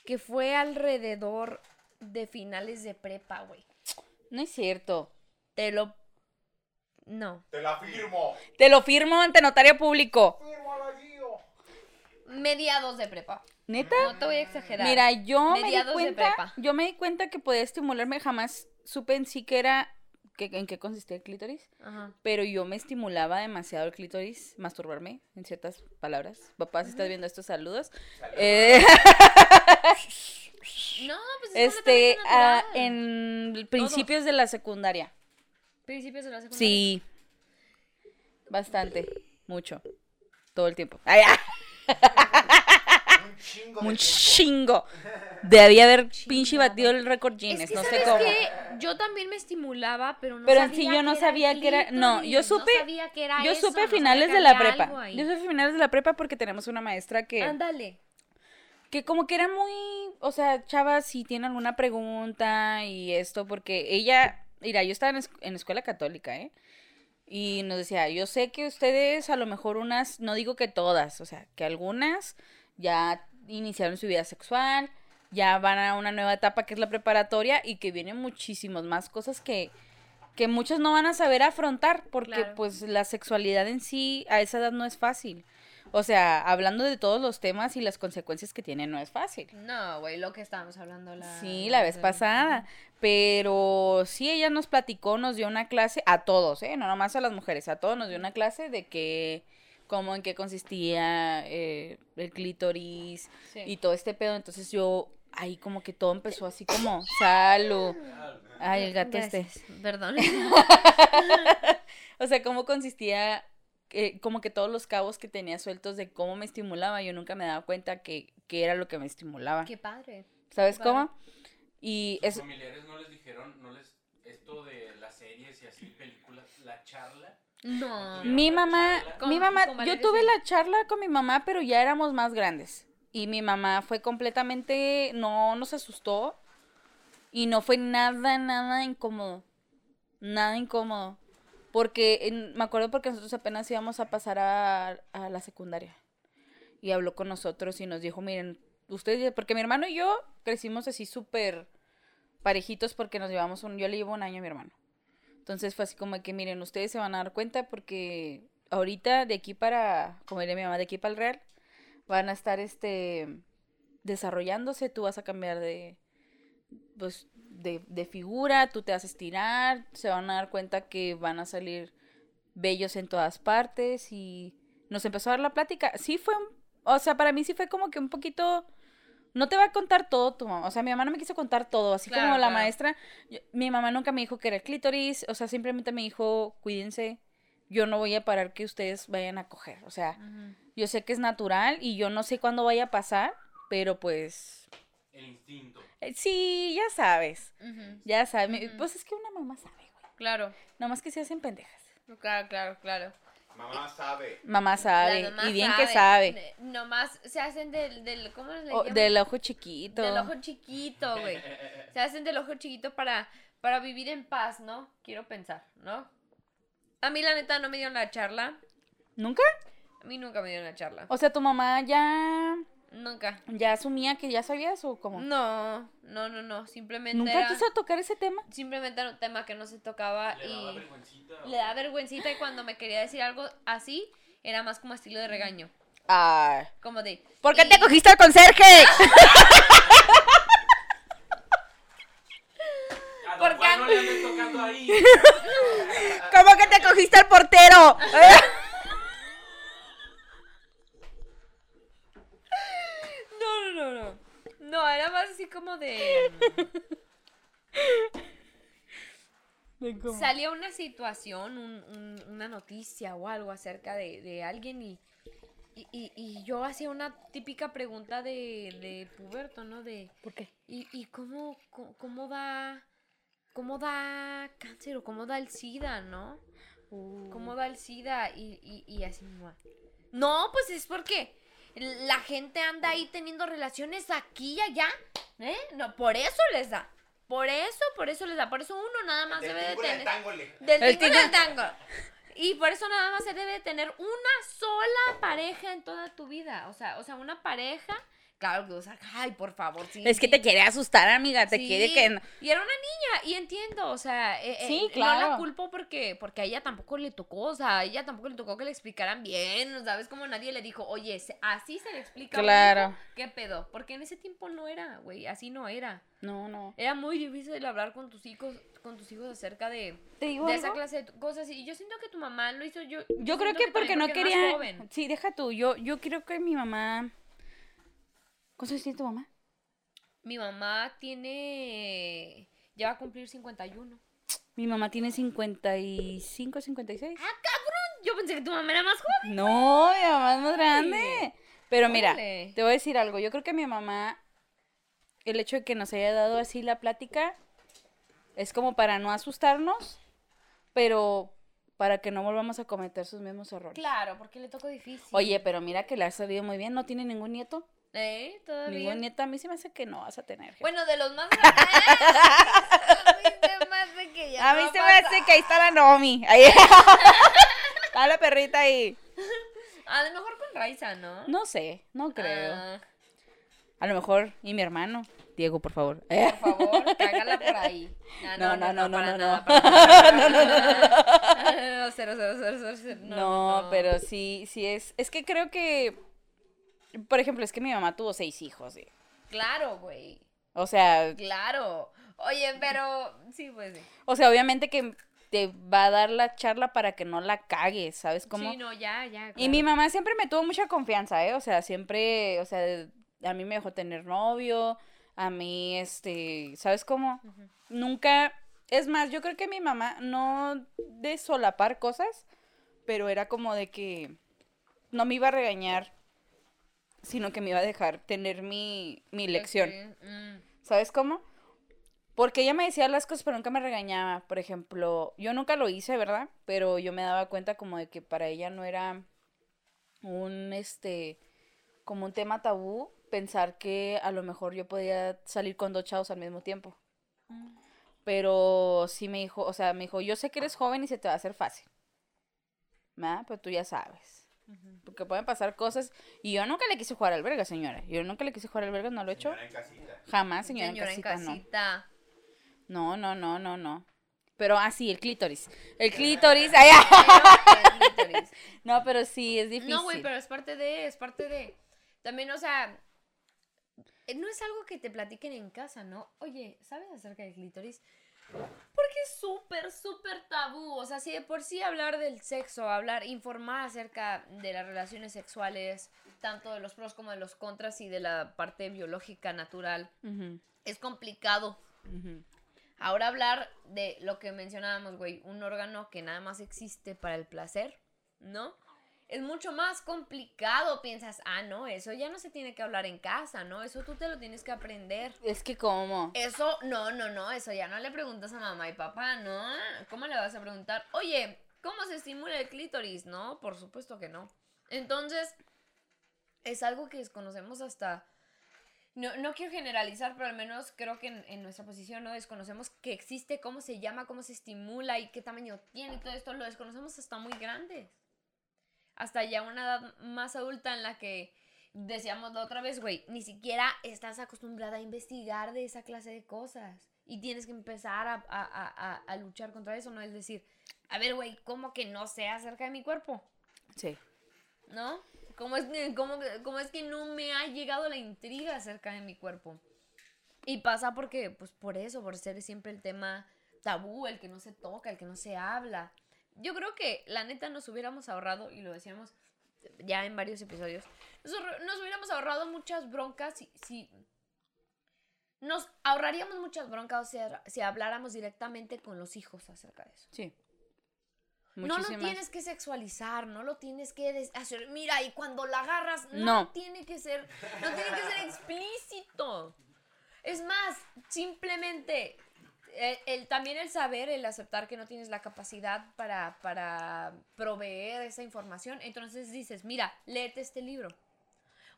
[SPEAKER 1] que fue alrededor de finales de prepa, güey.
[SPEAKER 2] No es cierto.
[SPEAKER 1] Te lo... No.
[SPEAKER 3] Te la firmo.
[SPEAKER 2] Te lo firmo ante notario público.
[SPEAKER 3] Fírmala, Gio.
[SPEAKER 1] Mediados de prepa.
[SPEAKER 2] ¿Neta?
[SPEAKER 1] No te voy a exagerar.
[SPEAKER 2] Mira, yo me di
[SPEAKER 1] Mediados de
[SPEAKER 2] cuenta,
[SPEAKER 1] prepa.
[SPEAKER 2] yo me di cuenta que podía estimularme jamás supe en sí que era, que, en qué consistía el clítoris,
[SPEAKER 1] Ajá.
[SPEAKER 2] pero yo me estimulaba demasiado el clítoris, masturbarme, en ciertas palabras. Papá, si estás viendo estos saludos.
[SPEAKER 3] Saludos.
[SPEAKER 2] Eh,
[SPEAKER 1] No, pues es
[SPEAKER 2] este,
[SPEAKER 1] completamente
[SPEAKER 2] ah,
[SPEAKER 1] natural.
[SPEAKER 2] en principios de la secundaria.
[SPEAKER 1] Principios de la secundaria.
[SPEAKER 2] Sí. Bastante. Mucho. Todo el tiempo. Ay, ah,
[SPEAKER 3] Un chingo de
[SPEAKER 2] un
[SPEAKER 3] tiempo.
[SPEAKER 2] chingo. Debía haber pinche batido el récord Guinness.
[SPEAKER 1] Es que
[SPEAKER 2] no sé
[SPEAKER 1] sabes
[SPEAKER 2] cómo.
[SPEAKER 1] que yo también me estimulaba, pero no
[SPEAKER 2] Pero en
[SPEAKER 1] sabía
[SPEAKER 2] sí yo no
[SPEAKER 1] que era
[SPEAKER 2] sabía que era- no,
[SPEAKER 1] clítoris,
[SPEAKER 2] yo supe-
[SPEAKER 1] No sabía que era
[SPEAKER 2] Yo
[SPEAKER 1] eso, no
[SPEAKER 2] supe a
[SPEAKER 1] sabía
[SPEAKER 2] finales
[SPEAKER 1] que
[SPEAKER 2] de la
[SPEAKER 1] había
[SPEAKER 2] prepa.
[SPEAKER 1] algo ahí.
[SPEAKER 2] Yo supe a finales de la prepa porque tenemos una maestra que.
[SPEAKER 1] Ándale.
[SPEAKER 2] que como que era muy, o sea, chava, si tiene alguna pregunta y esto, porque ella, mira, yo estaba en, es- en escuela católica, ¿eh? Y nos decía, yo sé que ustedes a lo mejor unas, no digo que todas, o sea, que algunas ya iniciaron su vida sexual, ya van a una nueva etapa que es la preparatoria y que vienen muchísimas más cosas que, que muchos no van a saber afrontar porque
[SPEAKER 1] Claro.
[SPEAKER 2] pues la sexualidad en sí a esa edad no es fácil. O sea, hablando de todos los temas y las consecuencias que tiene no es fácil.
[SPEAKER 1] No, güey, lo que estábamos hablando la
[SPEAKER 2] Sí, la vez pasada. Pero sí, ella nos platicó, nos dio una clase, a todos, ¿eh? No nomás a las mujeres, a todos nos dio una clase de que, cómo, en qué consistía eh, el clítoris
[SPEAKER 1] Sí.
[SPEAKER 2] y todo este pedo. Entonces yo, ahí como que todo empezó así como, salud. Ay, el gato este.
[SPEAKER 1] Gracias, Perdón.
[SPEAKER 2] O sea, cómo consistía, eh, como que todos los cabos que tenía sueltos de cómo me estimulaba, yo nunca me daba cuenta que, que era lo que me estimulaba.
[SPEAKER 1] Qué padre.
[SPEAKER 2] ¿Sabes
[SPEAKER 1] padre.
[SPEAKER 2] cómo? Y
[SPEAKER 5] ¿Sus
[SPEAKER 2] es,
[SPEAKER 5] familiares no les dijeron, no les, esto de las series y así, películas, la charla?
[SPEAKER 1] No.
[SPEAKER 2] Mi
[SPEAKER 5] Una
[SPEAKER 2] mamá,
[SPEAKER 5] charla.
[SPEAKER 1] Con
[SPEAKER 2] mi
[SPEAKER 1] tus
[SPEAKER 2] mamá, yo
[SPEAKER 1] comadres,
[SPEAKER 2] tuve
[SPEAKER 1] sí.
[SPEAKER 2] la charla con mi mamá, pero ya éramos más grandes. Y mi mamá fue completamente, no nos asustó. Y no fue nada, nada incómodo. Nada incómodo. Porque en- me acuerdo porque nosotros apenas íbamos a pasar a, a la secundaria. Y habló con nosotros y nos dijo, miren, ustedes, ya-" porque mi hermano y yo crecimos así súper parejitos porque nos llevamos un, yo le llevo un año a mi hermano. Entonces fue así como que, miren, ustedes se van a dar cuenta porque ahorita de aquí para, como diría mi mamá, de aquí para el Real, van a estar este desarrollándose, tú vas a cambiar de pues de, de figura, tú te vas a estirar, se van a dar cuenta que van a salir bellos en todas partes y nos empezó a dar la plática. Sí fue, un- o sea, para mí sí fue como que un poquito no te va a contar todo tu mamá, o sea, mi mamá no me quiso contar todo, así
[SPEAKER 1] Claro,
[SPEAKER 2] como la
[SPEAKER 1] claro.
[SPEAKER 2] maestra, yo- mi mamá nunca me dijo que era el clítoris, o sea, simplemente me dijo, "Cuídense, yo no voy a parar que ustedes vayan a coger." O sea,
[SPEAKER 1] Ujú.
[SPEAKER 2] yo sé que es natural y yo no sé cuándo vaya a pasar, pero pues
[SPEAKER 5] El instinto.
[SPEAKER 2] eh, sí, ya sabes.
[SPEAKER 1] Ujú.
[SPEAKER 2] Ya sabes. mi-
[SPEAKER 1] Ujú.
[SPEAKER 2] Pues es que una mamá sabe, güey.
[SPEAKER 1] Claro.
[SPEAKER 2] Nomás que se hacen pendejas.
[SPEAKER 1] Claro, claro, claro.
[SPEAKER 3] Mamá sabe.
[SPEAKER 2] Mamá sabe.
[SPEAKER 1] La mamá
[SPEAKER 2] Y bien que sabe.
[SPEAKER 1] Eh, Nomás se hacen del, del ¿cómo le
[SPEAKER 2] O-
[SPEAKER 1] llaman?
[SPEAKER 2] del ojo chiquito.
[SPEAKER 1] Del ojo chiquito, güey. Se hacen del ojo chiquito para, para vivir en paz, ¿no? Quiero pensar, ¿no? A mí la neta no me dieron la charla.
[SPEAKER 2] ¿Nunca?
[SPEAKER 1] A mí nunca me dieron la charla.
[SPEAKER 2] O sea, tu mamá ya.
[SPEAKER 1] Nunca.
[SPEAKER 2] Ya asumía que ya sabías o cómo.
[SPEAKER 1] Mm, No, no, no, no. Simplemente
[SPEAKER 2] Nunca
[SPEAKER 1] era-
[SPEAKER 2] quiso tocar ese tema.
[SPEAKER 1] Simplemente era un tema que no se tocaba
[SPEAKER 5] Le daba
[SPEAKER 1] y
[SPEAKER 5] vergüencita.
[SPEAKER 1] le da vergüencita y cuando me quería decir algo así, era más como estilo de regaño.
[SPEAKER 2] Ay.
[SPEAKER 1] Como de...
[SPEAKER 2] ¿Por qué
[SPEAKER 1] "Y-
[SPEAKER 2] te cogiste al conserje?
[SPEAKER 5] A don
[SPEAKER 1] ¿Por
[SPEAKER 5] Juan
[SPEAKER 1] qué?
[SPEAKER 5] no le andes tocando ahí.
[SPEAKER 2] ¿Cómo que te cogiste al portero?
[SPEAKER 1] No, no, no, no. No, era más así como de... salía una situación, un- un- una noticia o algo acerca de, de alguien y, y, y- y yo hacía una típica pregunta de, de puberto, ¿no? De,
[SPEAKER 2] ¿Por qué?
[SPEAKER 1] ¿y, y cómo, co- cómo da cómo da cáncer o cómo da el SIDA, no?
[SPEAKER 2] Uh.
[SPEAKER 1] ¿Cómo da el SIDA? Y, y, y así no. No, pues es porque la gente anda ahí teniendo relaciones aquí y allá, ¿eh? No, por eso les da. Por eso, por eso les da. Por eso uno nada más
[SPEAKER 3] Del
[SPEAKER 1] debe de
[SPEAKER 3] tingo y del
[SPEAKER 1] tener.
[SPEAKER 3] tango le-
[SPEAKER 1] Del
[SPEAKER 2] El
[SPEAKER 1] tingo y
[SPEAKER 2] tingo.
[SPEAKER 1] del tango. Y por eso nada más se debe tener una sola pareja en toda tu vida. O sea, o sea, una pareja. claro que, o sea, ay, por favor, sí.
[SPEAKER 2] Es que
[SPEAKER 1] sí.
[SPEAKER 2] te quiere asustar, amiga. Te
[SPEAKER 1] Sí,
[SPEAKER 2] quiere que.
[SPEAKER 1] Y era una niña, y entiendo, o sea, eh, eh,
[SPEAKER 2] Sí,
[SPEAKER 1] no
[SPEAKER 2] claro.
[SPEAKER 1] la culpo porque, porque a ella tampoco le tocó, o sea, a ella tampoco le tocó que le explicaran bien, ¿sabes? Como nadie le dijo, oye, se- así se le explica. a un
[SPEAKER 2] Claro.
[SPEAKER 1] hijo, ¿Qué pedo? Porque en ese tiempo no era, güey, así no era.
[SPEAKER 2] No, no.
[SPEAKER 1] Era muy difícil hablar con tus hijos, con tus hijos acerca de,
[SPEAKER 2] Te digo.
[SPEAKER 1] de esa
[SPEAKER 2] algo?
[SPEAKER 1] clase de cosas. Y yo siento que tu mamá lo hizo yo.
[SPEAKER 2] Yo creo
[SPEAKER 1] siento
[SPEAKER 2] que porque
[SPEAKER 1] también
[SPEAKER 2] no
[SPEAKER 1] eras
[SPEAKER 2] quería.
[SPEAKER 1] joven.
[SPEAKER 2] Sí, deja tú. Yo, yo creo que mi mamá. ¿Cuántos años tiene tu mamá?
[SPEAKER 1] Mi mamá tiene. Ya va a cumplir 51.
[SPEAKER 2] Mi mamá tiene 55, 56.
[SPEAKER 1] Ah, Yo pensé que tu mamá era más joven.
[SPEAKER 2] No, mi mamá es más grande. Pero mira,
[SPEAKER 1] Órale.
[SPEAKER 2] te voy a decir algo. Yo creo que mi mamá, el hecho de que nos haya dado así la plática, es como para no asustarnos, pero para que no volvamos a cometer sus mismos errores.
[SPEAKER 1] Claro, porque le tocó difícil.
[SPEAKER 2] Oye, pero mira que le ha salido muy bien. ¿No tiene ningún nieto?
[SPEAKER 1] ¿Eh? ¿Todavía?
[SPEAKER 2] Ningún nieto. A mí se me hace que no vas a tener. jefe.
[SPEAKER 1] Bueno, de los más grandes. a mí se me hace que ya
[SPEAKER 2] a
[SPEAKER 1] no
[SPEAKER 2] mí
[SPEAKER 1] va
[SPEAKER 2] se me hace que ahí está la Nomi. Ahí está la perrita ahí.
[SPEAKER 1] pasar. A lo mejor con Raiza, ¿no?
[SPEAKER 2] No sé, no creo.
[SPEAKER 1] Ah,
[SPEAKER 2] A lo mejor, y mi hermano. Diego, por favor.
[SPEAKER 1] por favor, cágala por ahí. Ah,
[SPEAKER 2] No, no, no, no,
[SPEAKER 1] para
[SPEAKER 2] no,
[SPEAKER 1] nada,
[SPEAKER 2] no.
[SPEAKER 1] para nada, para nada. Ah, Cero, cero, cero, cero, cero, No,
[SPEAKER 2] No,
[SPEAKER 1] no, no.
[SPEAKER 2] pero sí, sí es. Es que creo que. Por ejemplo, es que mi mamá tuvo seis hijos. ¿sí?
[SPEAKER 1] Claro, güey.
[SPEAKER 2] O sea,
[SPEAKER 1] Claro. Oye, pero. Sí, pues sí.
[SPEAKER 2] o sea, obviamente que te va a dar la charla para que no la cagues, ¿sabes cómo?
[SPEAKER 1] Sí, no, ya, ya.
[SPEAKER 2] Y
[SPEAKER 1] Ah, claro.
[SPEAKER 2] mi mamá siempre me tuvo mucha confianza, ¿eh? O sea, siempre, o sea, a mí me dejó tener novio, a mí, este, ¿sabes cómo?
[SPEAKER 1] Ujú.
[SPEAKER 2] Nunca, es más, yo creo que mi mamá no de solapar cosas, pero era como de que no me iba a regañar, sino que me iba a dejar tener mi, mi lección,
[SPEAKER 1] Mm.
[SPEAKER 2] ¿sabes cómo? Porque ella me decía las cosas, pero nunca me regañaba. Por ejemplo, yo nunca lo hice, ¿verdad? Pero yo me daba cuenta como de que para ella no era un, este, como un tema tabú pensar que a lo mejor yo podía salir con dos chavos al mismo tiempo. Pero sí me dijo, o sea, me dijo, yo sé que eres joven y se te va a hacer fácil. ¿Verdad? Pero tú ya sabes. Porque pueden pasar cosas. Y yo nunca le quise jugar al verga, señora. Yo nunca le quise jugar al verga, no lo he hecho.
[SPEAKER 3] Señora en casita.
[SPEAKER 2] Jamás, señora, en casita, no. No, no, no, no, no. Pero así, el clítoris. El clítoris. ay, ah.
[SPEAKER 1] Pero, pues,
[SPEAKER 2] No, pero sí, es difícil.
[SPEAKER 1] No, güey, pero es parte de, es parte de. También, o sea, eh, no es algo que te platiquen en casa, ¿no? Oye, ¿sabes acerca del clítoris? Porque es súper, súper tabú. O sea, si de por sí hablar del sexo, hablar, informar acerca de las relaciones sexuales, tanto de los pros como de los contras y de la parte biológica natural,
[SPEAKER 2] Ujú,
[SPEAKER 1] es complicado.
[SPEAKER 2] ujú.
[SPEAKER 1] Ahora hablar de lo que mencionábamos, güey, un órgano que nada más existe para el placer, ¿no? Es mucho más complicado, piensas, ah, no, eso ya no se tiene que hablar en casa, ¿no? Eso tú te lo tienes que aprender.
[SPEAKER 2] Es que como.
[SPEAKER 1] Eso, no, no, no, eso ya no le preguntas a mamá y papá, ¿no? ¿Cómo le vas a preguntar? Oye, ¿cómo se estimula el clítoris? No, por supuesto que no. Entonces, es algo que desconocemos hasta... No, no quiero generalizar, pero al menos creo que en, en nuestra posición no desconocemos que existe, cómo se llama, cómo se estimula y qué tamaño tiene y todo esto. Lo desconocemos hasta muy grande. Hasta ya una edad más adulta en la que decíamos la otra vez, güey, ni siquiera estás acostumbrada a investigar de esa clase de cosas. Y tienes que empezar a, a- a- a- a luchar contra eso, no es decir, a ver, güey, ¿cómo que no sé acerca de mi cuerpo?
[SPEAKER 2] Sí.
[SPEAKER 1] ¿No? ¿Cómo es, que- cómo, cómo es que no me ha llegado la intriga acerca de mi cuerpo? Y pasa porque, pues por eso, por ser siempre el tema tabú, el que no se toca, el que no se habla. Yo creo que la neta nos hubiéramos ahorrado, y lo decíamos ya en varios episodios, nos, ahor- nos hubiéramos ahorrado muchas broncas si, si- Nos ahorraríamos muchas broncas si, si habláramos directamente con los hijos acerca de eso.
[SPEAKER 2] Sí.
[SPEAKER 1] No lo tienes que sexuales,ar no lo tienes que des- hacer. Mira, y cuando la agarras, no,
[SPEAKER 2] No.
[SPEAKER 1] tiene que ser, no tiene que ser explícito. Es más, simplemente eh, el, también el saber, el aceptar que no tienes la capacidad para, para proveer esa información. Entonces dices, mira, léete este libro.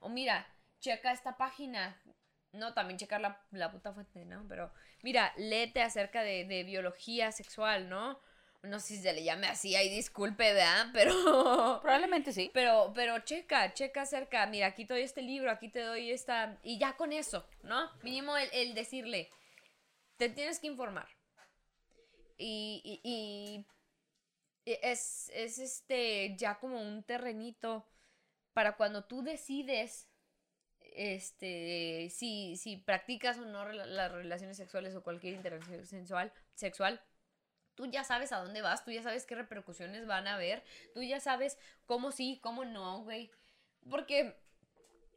[SPEAKER 1] O mira, checa esta página. No, también checar la, la puta fuente, ¿no? Pero mira, léete acerca de, de biología sexual, ¿no? no sé si se le llame así, ahí disculpe, ¿verdad? Pero
[SPEAKER 2] Probablemente sí.
[SPEAKER 1] Pero, pero checa, checa acerca, mira, aquí te doy este libro, aquí te doy esta, y ya con eso, ¿no? Mínimo el, el decirle, te tienes que informar. Y, y- y- y es, es este, ya como un terrenito para cuando tú decides, este, si, si practicas o no rela- las relaciones sexuales o cualquier interacción sensual, sexual, tú ya sabes a dónde vas, tú ya sabes qué repercusiones van a haber, tú ya sabes cómo sí, cómo no, güey. Porque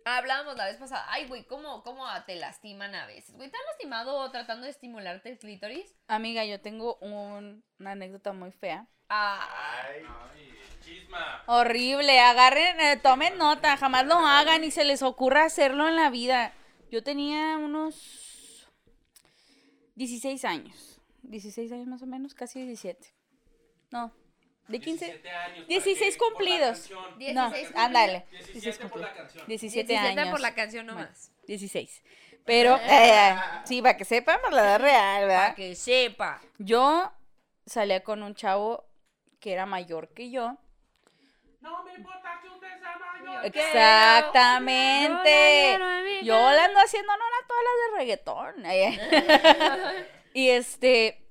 [SPEAKER 1] hablábamos la vez pasada, ay, güey, cómo, cómo te lastiman a veces, güey. ¿Te han lastimado tratando de estimularte el clítoris?
[SPEAKER 2] Amiga, yo tengo un- una anécdota muy fea.
[SPEAKER 1] Ah,
[SPEAKER 3] Ay,
[SPEAKER 5] Ay, chisma.
[SPEAKER 2] Horrible, agarren, eh, tomen nota, jamás lo hagan y se les ocurra hacerlo en la vida. Yo tenía unos 16 años, 16 años más o menos, casi 17. No, de 15,
[SPEAKER 5] 17 años. ¿para
[SPEAKER 2] 16
[SPEAKER 5] qué? Por la
[SPEAKER 2] cumplidos.
[SPEAKER 5] canción.
[SPEAKER 2] no,
[SPEAKER 1] 16
[SPEAKER 2] ándale,
[SPEAKER 5] 17 por la canción.
[SPEAKER 2] 17
[SPEAKER 1] 17
[SPEAKER 2] años.
[SPEAKER 1] por la canción nomás.
[SPEAKER 2] 16. Pero, eh, sí, para que sepan, para la edad real,
[SPEAKER 1] Para
[SPEAKER 2] ¿verdad?
[SPEAKER 1] que sepa.
[SPEAKER 2] Yo salía con un chavo que era mayor que yo.
[SPEAKER 5] No me importa que usted sea mayor.
[SPEAKER 1] Ex-
[SPEAKER 2] Exactamente.
[SPEAKER 1] Yo la quiero, amiga.
[SPEAKER 2] Yo la ando haciendo no a todas las de reggaetón. eh. y este,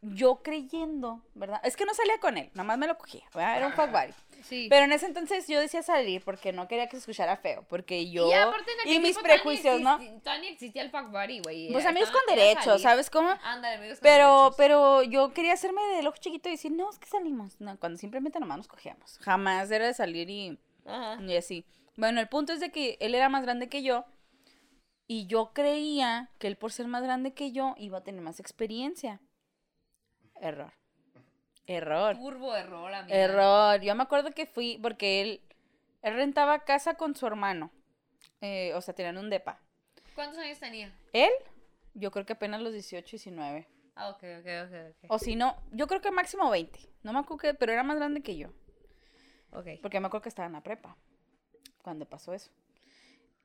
[SPEAKER 2] yo creyendo, ¿verdad? Es que no salía con él, nada más me lo cogía, ¿verdad? Era un fuck buddy.
[SPEAKER 1] Sí.
[SPEAKER 2] Pero en ese entonces yo decía salir porque no quería que se escuchara feo, porque yo
[SPEAKER 1] y aparte en aquel
[SPEAKER 2] y mis
[SPEAKER 1] tiempo todavía
[SPEAKER 2] prejuicios, ¿no?
[SPEAKER 1] ni existi- todavía ni existía el fuck buddy, güey.
[SPEAKER 2] Pues
[SPEAKER 1] Era-
[SPEAKER 2] amigos con
[SPEAKER 1] era
[SPEAKER 2] derechos,
[SPEAKER 1] salir.
[SPEAKER 2] ¿sabes cómo?
[SPEAKER 1] Ándale, amigos con
[SPEAKER 2] Pero,
[SPEAKER 1] derechos.
[SPEAKER 2] pero yo quería hacerme del ojo chiquito y decir, no, es que salimos. No, cuando simplemente nomás nos cogíamos. Jamás era de salir y,
[SPEAKER 1] Ajá.
[SPEAKER 2] y así. Bueno, el punto es de que él era más grande que yo. Y yo creía que él, por ser más grande que yo, iba a tener más experiencia. Error. Error.
[SPEAKER 1] Turbo error, amiga.
[SPEAKER 2] Error. Yo me acuerdo que fui porque él, él rentaba casa con su hermano. Eh, o sea, tenían un depa.
[SPEAKER 1] ¿Cuántos años tenía?
[SPEAKER 2] Él, yo creo que apenas los 18, 19.
[SPEAKER 1] Ah, ok, ok, ok, ok.
[SPEAKER 2] O si no, yo creo que máximo 20. No me acuerdo que, pero era más grande que yo.
[SPEAKER 1] Ok.
[SPEAKER 2] Porque me acuerdo que estaba en la prepa. Cuando pasó eso.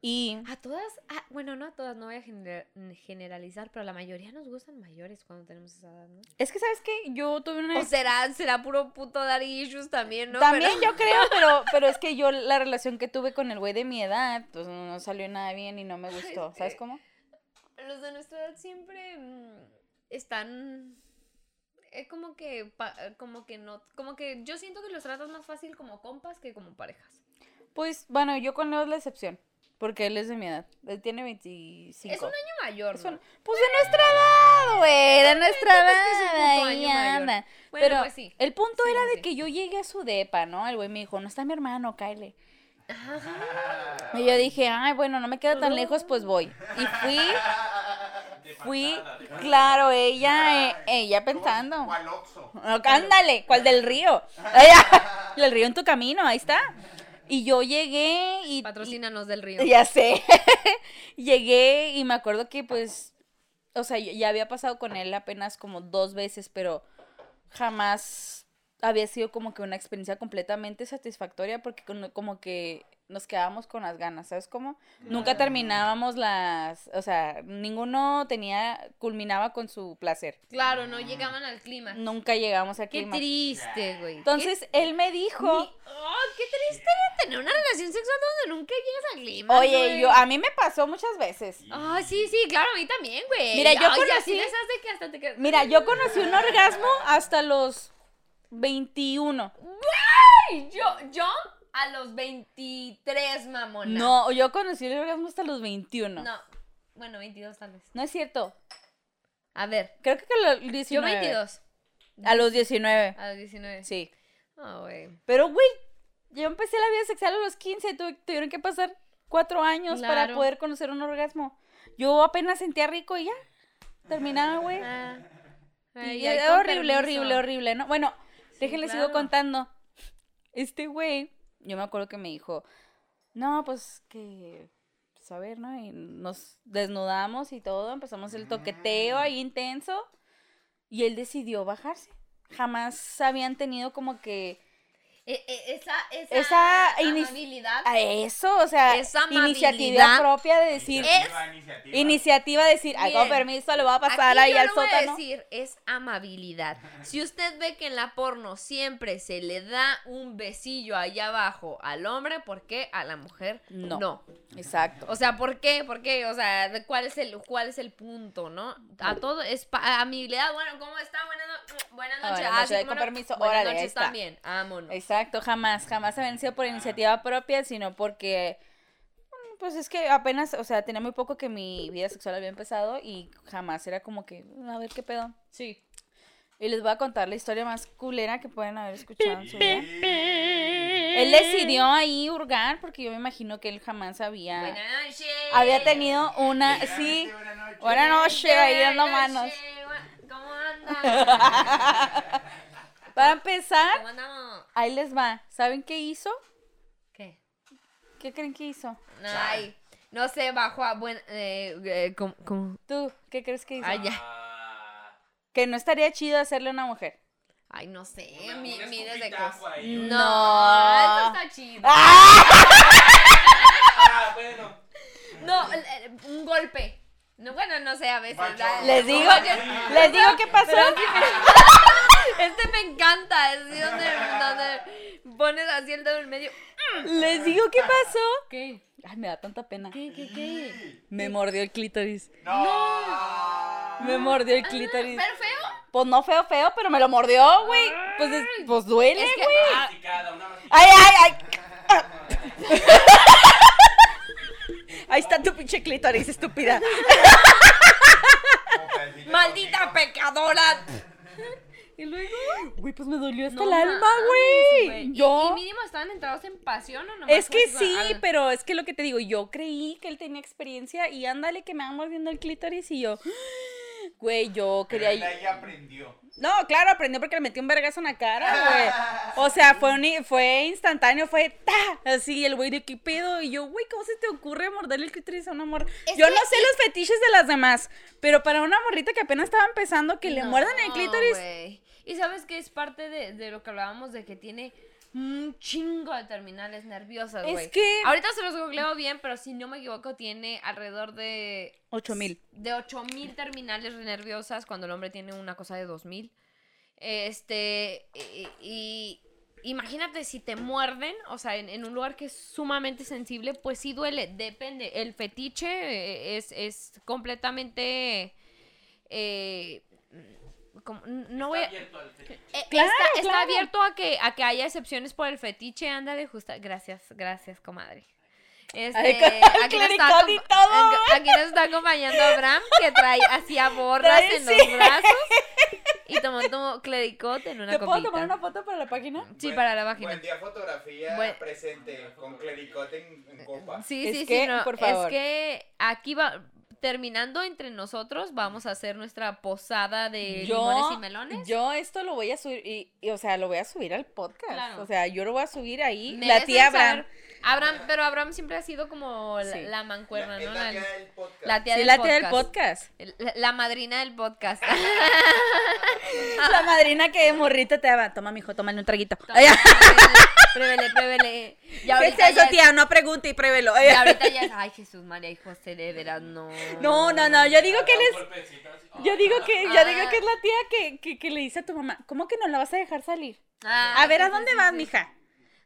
[SPEAKER 2] Y
[SPEAKER 1] A todas, ah, bueno, no a todas, no voy a genera- generalizar, pero la mayoría nos gustan mayores cuando tenemos esa edad, ¿no?
[SPEAKER 2] es que, ¿sabes qué? Yo tuve una.
[SPEAKER 1] O será, será puro puto daddy issues también, ¿no?
[SPEAKER 2] También
[SPEAKER 1] Pero-
[SPEAKER 2] yo creo, pero, pero es que yo la relación que tuve con el güey de mi edad, pues no, no salió nada bien y no me gustó.
[SPEAKER 1] sí.
[SPEAKER 2] ¿Sabes cómo?
[SPEAKER 1] los de nuestra edad siempre mm, están es como que pa- eh, como que no como que yo siento que los tratas más fácil como compas que como parejas
[SPEAKER 2] Pues bueno, yo con Leo es la excepción. Porque él es de mi edad. Él tiene 25.
[SPEAKER 1] es un año mayor
[SPEAKER 2] Es un-
[SPEAKER 1] ¿no?
[SPEAKER 2] Pues de nuestra edad, güey. De nuestra
[SPEAKER 1] Entonces, es un
[SPEAKER 2] edad.
[SPEAKER 1] puto
[SPEAKER 2] ahí
[SPEAKER 1] año mayor.
[SPEAKER 2] anda.
[SPEAKER 1] Bueno,
[SPEAKER 2] Pero
[SPEAKER 1] pues sí.
[SPEAKER 2] el punto
[SPEAKER 1] Sí,
[SPEAKER 2] era de
[SPEAKER 1] sí.
[SPEAKER 2] que yo llegué a su depa, ¿no? El güey me dijo, no está mi hermano, cáele.
[SPEAKER 1] Ah.
[SPEAKER 2] Y yo dije, ay, bueno, no me queda tan lejos, pues voy. Y fui,
[SPEAKER 5] De
[SPEAKER 2] fui,
[SPEAKER 5] pasada, de pasada.
[SPEAKER 2] claro, ella, eh, ella pensando.
[SPEAKER 3] ¿Cuál Oxxo?
[SPEAKER 2] Ándale, ¿cuál del río? Ella, El río en tu camino, ahí está. Y yo llegué y... y-
[SPEAKER 1] patrocínanos del río
[SPEAKER 2] ya sé. Llegué y me acuerdo que pues, o sea, ya había pasado con él apenas como dos veces, pero jamás había sido como que una experiencia completamente satisfactoria porque con- como que nos quedábamos con las ganas, ¿sabes cómo? Nunca terminábamos las, o sea, ninguno tenía, culminaba con su placer.
[SPEAKER 1] claro no llegaban al clima
[SPEAKER 2] Nunca llegamos Ah. Mm, al
[SPEAKER 1] qué
[SPEAKER 2] clima.
[SPEAKER 1] triste güey
[SPEAKER 2] Entonces él me
[SPEAKER 1] qué,
[SPEAKER 2] dijo...
[SPEAKER 1] Ni- oh, qué triste era tener una relación sexual donde nunca llegas al clima
[SPEAKER 2] Oye,
[SPEAKER 1] güey.
[SPEAKER 2] yo, a mí me pasó muchas veces.
[SPEAKER 1] Ah, sí, sí, claro, a mí también, güey.
[SPEAKER 2] Mira, yo
[SPEAKER 1] Ay,
[SPEAKER 2] conocí-
[SPEAKER 1] así les hace que hasta te quedas-
[SPEAKER 2] Mira, yo conocí un orgasmo hasta los 21.
[SPEAKER 1] Ay, yo, yo a los 23, mamona.
[SPEAKER 2] No, yo conocí el orgasmo hasta los 21. No,
[SPEAKER 1] No. Bueno, 22 tal vez.
[SPEAKER 2] es cierto.
[SPEAKER 1] A ver,
[SPEAKER 2] Creo que a los 19.
[SPEAKER 1] yo 22.
[SPEAKER 2] A los 19.
[SPEAKER 1] A los 19.
[SPEAKER 2] Sí.
[SPEAKER 1] Ah, güey.
[SPEAKER 2] Pero, güey, yo empecé la vida sexual a los 15. tuve- tuvieron que pasar cuatro años para
[SPEAKER 1] Claro.
[SPEAKER 2] poder conocer un orgasmo. Yo apenas sentía rico y ya. Terminaba, güey.
[SPEAKER 1] Ah.
[SPEAKER 2] Y
[SPEAKER 1] Ay, ay,
[SPEAKER 2] era
[SPEAKER 1] con
[SPEAKER 2] horrible,
[SPEAKER 1] permiso.
[SPEAKER 2] horrible, horrible, ¿no? Bueno, déjenle sigo
[SPEAKER 1] claro.
[SPEAKER 2] contando. Este güey, yo me acuerdo que me dijo, no, pues que, pues a ver, ¿no? Y nos desnudamos y todo, empezamos el toqueteo ahí intenso. Y él decidió bajarse. Jamás habían tenido como que
[SPEAKER 1] E- e- esa, esa,
[SPEAKER 2] Esa ini-
[SPEAKER 1] amabilidad.
[SPEAKER 2] A eso, o sea,
[SPEAKER 1] Esa
[SPEAKER 2] iniciativa
[SPEAKER 1] amabilidad.
[SPEAKER 2] propia de decir,
[SPEAKER 1] Es-
[SPEAKER 5] Iniciativa.
[SPEAKER 2] iniciativa de decir, ay, con
[SPEAKER 1] Miren,
[SPEAKER 2] permiso, lo voy a pasar
[SPEAKER 1] Aquí
[SPEAKER 2] ahí
[SPEAKER 1] yo
[SPEAKER 2] al
[SPEAKER 1] lo voy a
[SPEAKER 2] sótano.
[SPEAKER 1] decir, es amabilidad. Si usted ve que en la porno siempre se le da un besillo allá abajo al hombre, ¿por qué a la mujer
[SPEAKER 2] No.
[SPEAKER 1] no?
[SPEAKER 2] Exacto.
[SPEAKER 1] O sea, ¿por qué? ¿Por qué? O sea, ¿de ¿cuál es el, cuál es el punto, no? A todo, es pa- amabilidad, bueno, ¿cómo está? Buenas, no- buenas
[SPEAKER 2] Ah,
[SPEAKER 1] noches.
[SPEAKER 2] buenas
[SPEAKER 1] Ah,
[SPEAKER 2] noches,
[SPEAKER 1] sí,
[SPEAKER 2] ahí
[SPEAKER 1] cómo
[SPEAKER 2] con
[SPEAKER 1] no.
[SPEAKER 2] permiso.
[SPEAKER 1] Buenas
[SPEAKER 2] Órale, ahí
[SPEAKER 1] noches
[SPEAKER 2] está.
[SPEAKER 1] también. Vámonos.
[SPEAKER 2] Exacto, jamás, jamás ha vencido por iniciativa propia, sino porque, mm, pues es que apenas, o sea, tenía muy poco que mi vida sexual había empezado y jamás era como que, "Mm, a ver qué pedo. Sí. Y les voy a contar la historia más culera que pueden haber escuchado en su vida. Él decidió ahí hurgar porque yo me imagino que él jamás había,
[SPEAKER 1] Buenas noches.
[SPEAKER 2] había tenido una, sí, buena noche, ahí dando
[SPEAKER 1] Buenas
[SPEAKER 2] manos.
[SPEAKER 1] noches, bu- ¿Cómo andan?
[SPEAKER 2] Para empezar,
[SPEAKER 1] ¿Cómo andamos?
[SPEAKER 2] ahí les va. ¿Saben qué hizo?
[SPEAKER 1] ¿Qué?
[SPEAKER 2] ¿Qué creen que hizo?
[SPEAKER 1] Ay, no sé, bajó a buen... Eh, eh, ¿cómo, cómo?
[SPEAKER 2] ¿Tú qué crees que hizo?
[SPEAKER 1] Ay, ya.
[SPEAKER 5] Ah,
[SPEAKER 2] Que no estaría chido hacerle a una mujer.
[SPEAKER 1] Ay, no sé,
[SPEAKER 5] una-
[SPEAKER 1] mi-
[SPEAKER 5] un
[SPEAKER 1] miles de
[SPEAKER 5] escupitajo
[SPEAKER 1] cosas.
[SPEAKER 5] ahí,
[SPEAKER 1] No,
[SPEAKER 5] oye.
[SPEAKER 2] No.
[SPEAKER 1] eso está chido.
[SPEAKER 5] Ah, bueno.
[SPEAKER 1] No, el- el- un golpe. No, bueno, no sé, a veces.
[SPEAKER 3] Macho.
[SPEAKER 1] da-
[SPEAKER 2] Les
[SPEAKER 1] no,
[SPEAKER 2] digo,
[SPEAKER 1] yo-
[SPEAKER 2] les digo qué pasó.
[SPEAKER 1] Este me encanta, es de donde, donde pones así el dedo en el medio.
[SPEAKER 2] Les digo qué pasó.
[SPEAKER 1] ¿Qué?
[SPEAKER 2] Ay, me da tanta pena.
[SPEAKER 1] ¿Qué, qué, qué?
[SPEAKER 2] Me mordió el clítoris.
[SPEAKER 3] No.
[SPEAKER 2] Me mordió el
[SPEAKER 1] Ah,
[SPEAKER 2] clítoris.
[SPEAKER 1] ¿Pero feo?
[SPEAKER 2] Pues no feo, feo, pero me lo mordió, güey. Pues, es- pues duele,
[SPEAKER 1] Es que-
[SPEAKER 2] güey.
[SPEAKER 1] ah,
[SPEAKER 5] Masticada, una masticada.
[SPEAKER 2] Ay, ay, ay. Ahí está tu pinche clítoris, estúpida.
[SPEAKER 3] Como pedacito de
[SPEAKER 1] ¡Maldita
[SPEAKER 3] tocino.
[SPEAKER 1] pecadora! y luego.
[SPEAKER 2] Güey, pues me dolió hasta
[SPEAKER 1] No
[SPEAKER 2] el alma,
[SPEAKER 1] mames,
[SPEAKER 2] güey.
[SPEAKER 1] ¿Y-
[SPEAKER 2] Yo.
[SPEAKER 1] ¿Y, mínimo estaban entrados en pasión o no?
[SPEAKER 2] Es que sí, pero es que lo que te digo, yo creí que él tenía experiencia y ándale que me van mordiendo el clítoris y yo, güey, yo
[SPEAKER 3] Pero
[SPEAKER 2] quería...
[SPEAKER 3] él ahí aprendió.
[SPEAKER 2] No, claro, aprendió porque le metí un vergazo en la cara, güey. O sea, fue, un- fue instantáneo, fue ta, así el güey de qué pedo y yo, güey, ¿cómo se te ocurre morderle el clítoris a una morra?
[SPEAKER 1] Es
[SPEAKER 2] Yo
[SPEAKER 1] que-
[SPEAKER 2] no sé los fetiches de las demás, pero para una morrita que apenas estaba empezando que le muerdan el clítoris,
[SPEAKER 1] güey. Y sabes que es parte de, de lo que hablábamos de que tiene un chingo de terminales nerviosas,
[SPEAKER 2] Es
[SPEAKER 1] güey.
[SPEAKER 2] que-
[SPEAKER 1] Ahorita se los googleo bien, pero si no me equivoco, tiene alrededor de.
[SPEAKER 2] 8000.
[SPEAKER 1] De 8000 terminales nerviosas cuando el hombre tiene una cosa de 2000. Este. Y. y- Imagínate si te muerden, o sea, en, en un lugar que es sumamente sensible, pues sí duele, depende. El fetiche eh, es, es completamente... eh, como- no voy
[SPEAKER 5] Está
[SPEAKER 1] a-
[SPEAKER 5] abierto al fetiche.
[SPEAKER 1] eh,
[SPEAKER 2] Claro,
[SPEAKER 1] está, está
[SPEAKER 2] claro.
[SPEAKER 1] abierto a que, a que haya excepciones por el fetiche, ándale, justa. Gracias, gracias, comadre. Este,
[SPEAKER 2] Ay, con-
[SPEAKER 1] aquí, nos está,
[SPEAKER 2] clericón y
[SPEAKER 1] acom-
[SPEAKER 2] todo,
[SPEAKER 1] ac- aquí nos está acompañando Abraham, que trae así a borras
[SPEAKER 2] Trae,
[SPEAKER 1] en
[SPEAKER 2] sí.
[SPEAKER 1] los brazos y tomando clericot en una
[SPEAKER 2] ¿te puedo
[SPEAKER 1] copita.
[SPEAKER 2] tomar una foto para la página?
[SPEAKER 1] Sí,
[SPEAKER 3] Buen-
[SPEAKER 1] para la vagina.
[SPEAKER 3] Buen día fotografía
[SPEAKER 1] Buen-
[SPEAKER 3] presente con clericote en, en copa.
[SPEAKER 1] Sí,
[SPEAKER 2] Es
[SPEAKER 1] sí,
[SPEAKER 2] que,
[SPEAKER 1] sí, no,
[SPEAKER 2] por
[SPEAKER 1] es
[SPEAKER 2] favor.
[SPEAKER 1] que aquí va terminando entre nosotros vamos a hacer nuestra posada de limones y melones.
[SPEAKER 2] Yo esto lo voy a subir, y, y, o sea, lo voy a subir al podcast.
[SPEAKER 1] Claro.
[SPEAKER 2] O sea, yo lo voy a subir ahí. la
[SPEAKER 1] Merecen
[SPEAKER 2] tía
[SPEAKER 1] saber-
[SPEAKER 2] Abraham.
[SPEAKER 1] Abraham, pero Abraham siempre ha sido como la,
[SPEAKER 2] Sí.
[SPEAKER 1] la mancuerna,
[SPEAKER 3] Es
[SPEAKER 1] ¿no?
[SPEAKER 3] la
[SPEAKER 1] La,
[SPEAKER 3] tía del podcast.
[SPEAKER 1] la tía
[SPEAKER 2] Sí,
[SPEAKER 1] del
[SPEAKER 2] la tía
[SPEAKER 1] podcast.
[SPEAKER 2] del podcast.
[SPEAKER 1] La, la madrina del podcast.
[SPEAKER 2] La madrina que de morrita te daba. Toma, mijo, tómale un traguito. Ay, ya.
[SPEAKER 1] pruébele, pruébele. Y
[SPEAKER 2] ¿Qué
[SPEAKER 1] ahorita
[SPEAKER 2] es eso,
[SPEAKER 1] ya-
[SPEAKER 2] tía? No pregunte y pruébelo. Ay,
[SPEAKER 1] y
[SPEAKER 2] ya.
[SPEAKER 1] ahorita ya es, ay Jesús María y José, de veras, no.
[SPEAKER 2] No, no, no. Yo digo que
[SPEAKER 5] Ah,
[SPEAKER 2] él
[SPEAKER 5] un
[SPEAKER 2] es.
[SPEAKER 5] golpecito así. Ah,
[SPEAKER 2] Yo digo que,
[SPEAKER 1] Ah.
[SPEAKER 2] yo digo que es la tía que, que, que le dice a tu mamá, ¿cómo que no la vas a dejar salir?
[SPEAKER 1] Ah,
[SPEAKER 2] A ver, ¿a
[SPEAKER 1] sí, sí,
[SPEAKER 2] dónde
[SPEAKER 1] sí,
[SPEAKER 2] vas,
[SPEAKER 1] sí.
[SPEAKER 2] mija?
[SPEAKER 1] Ah,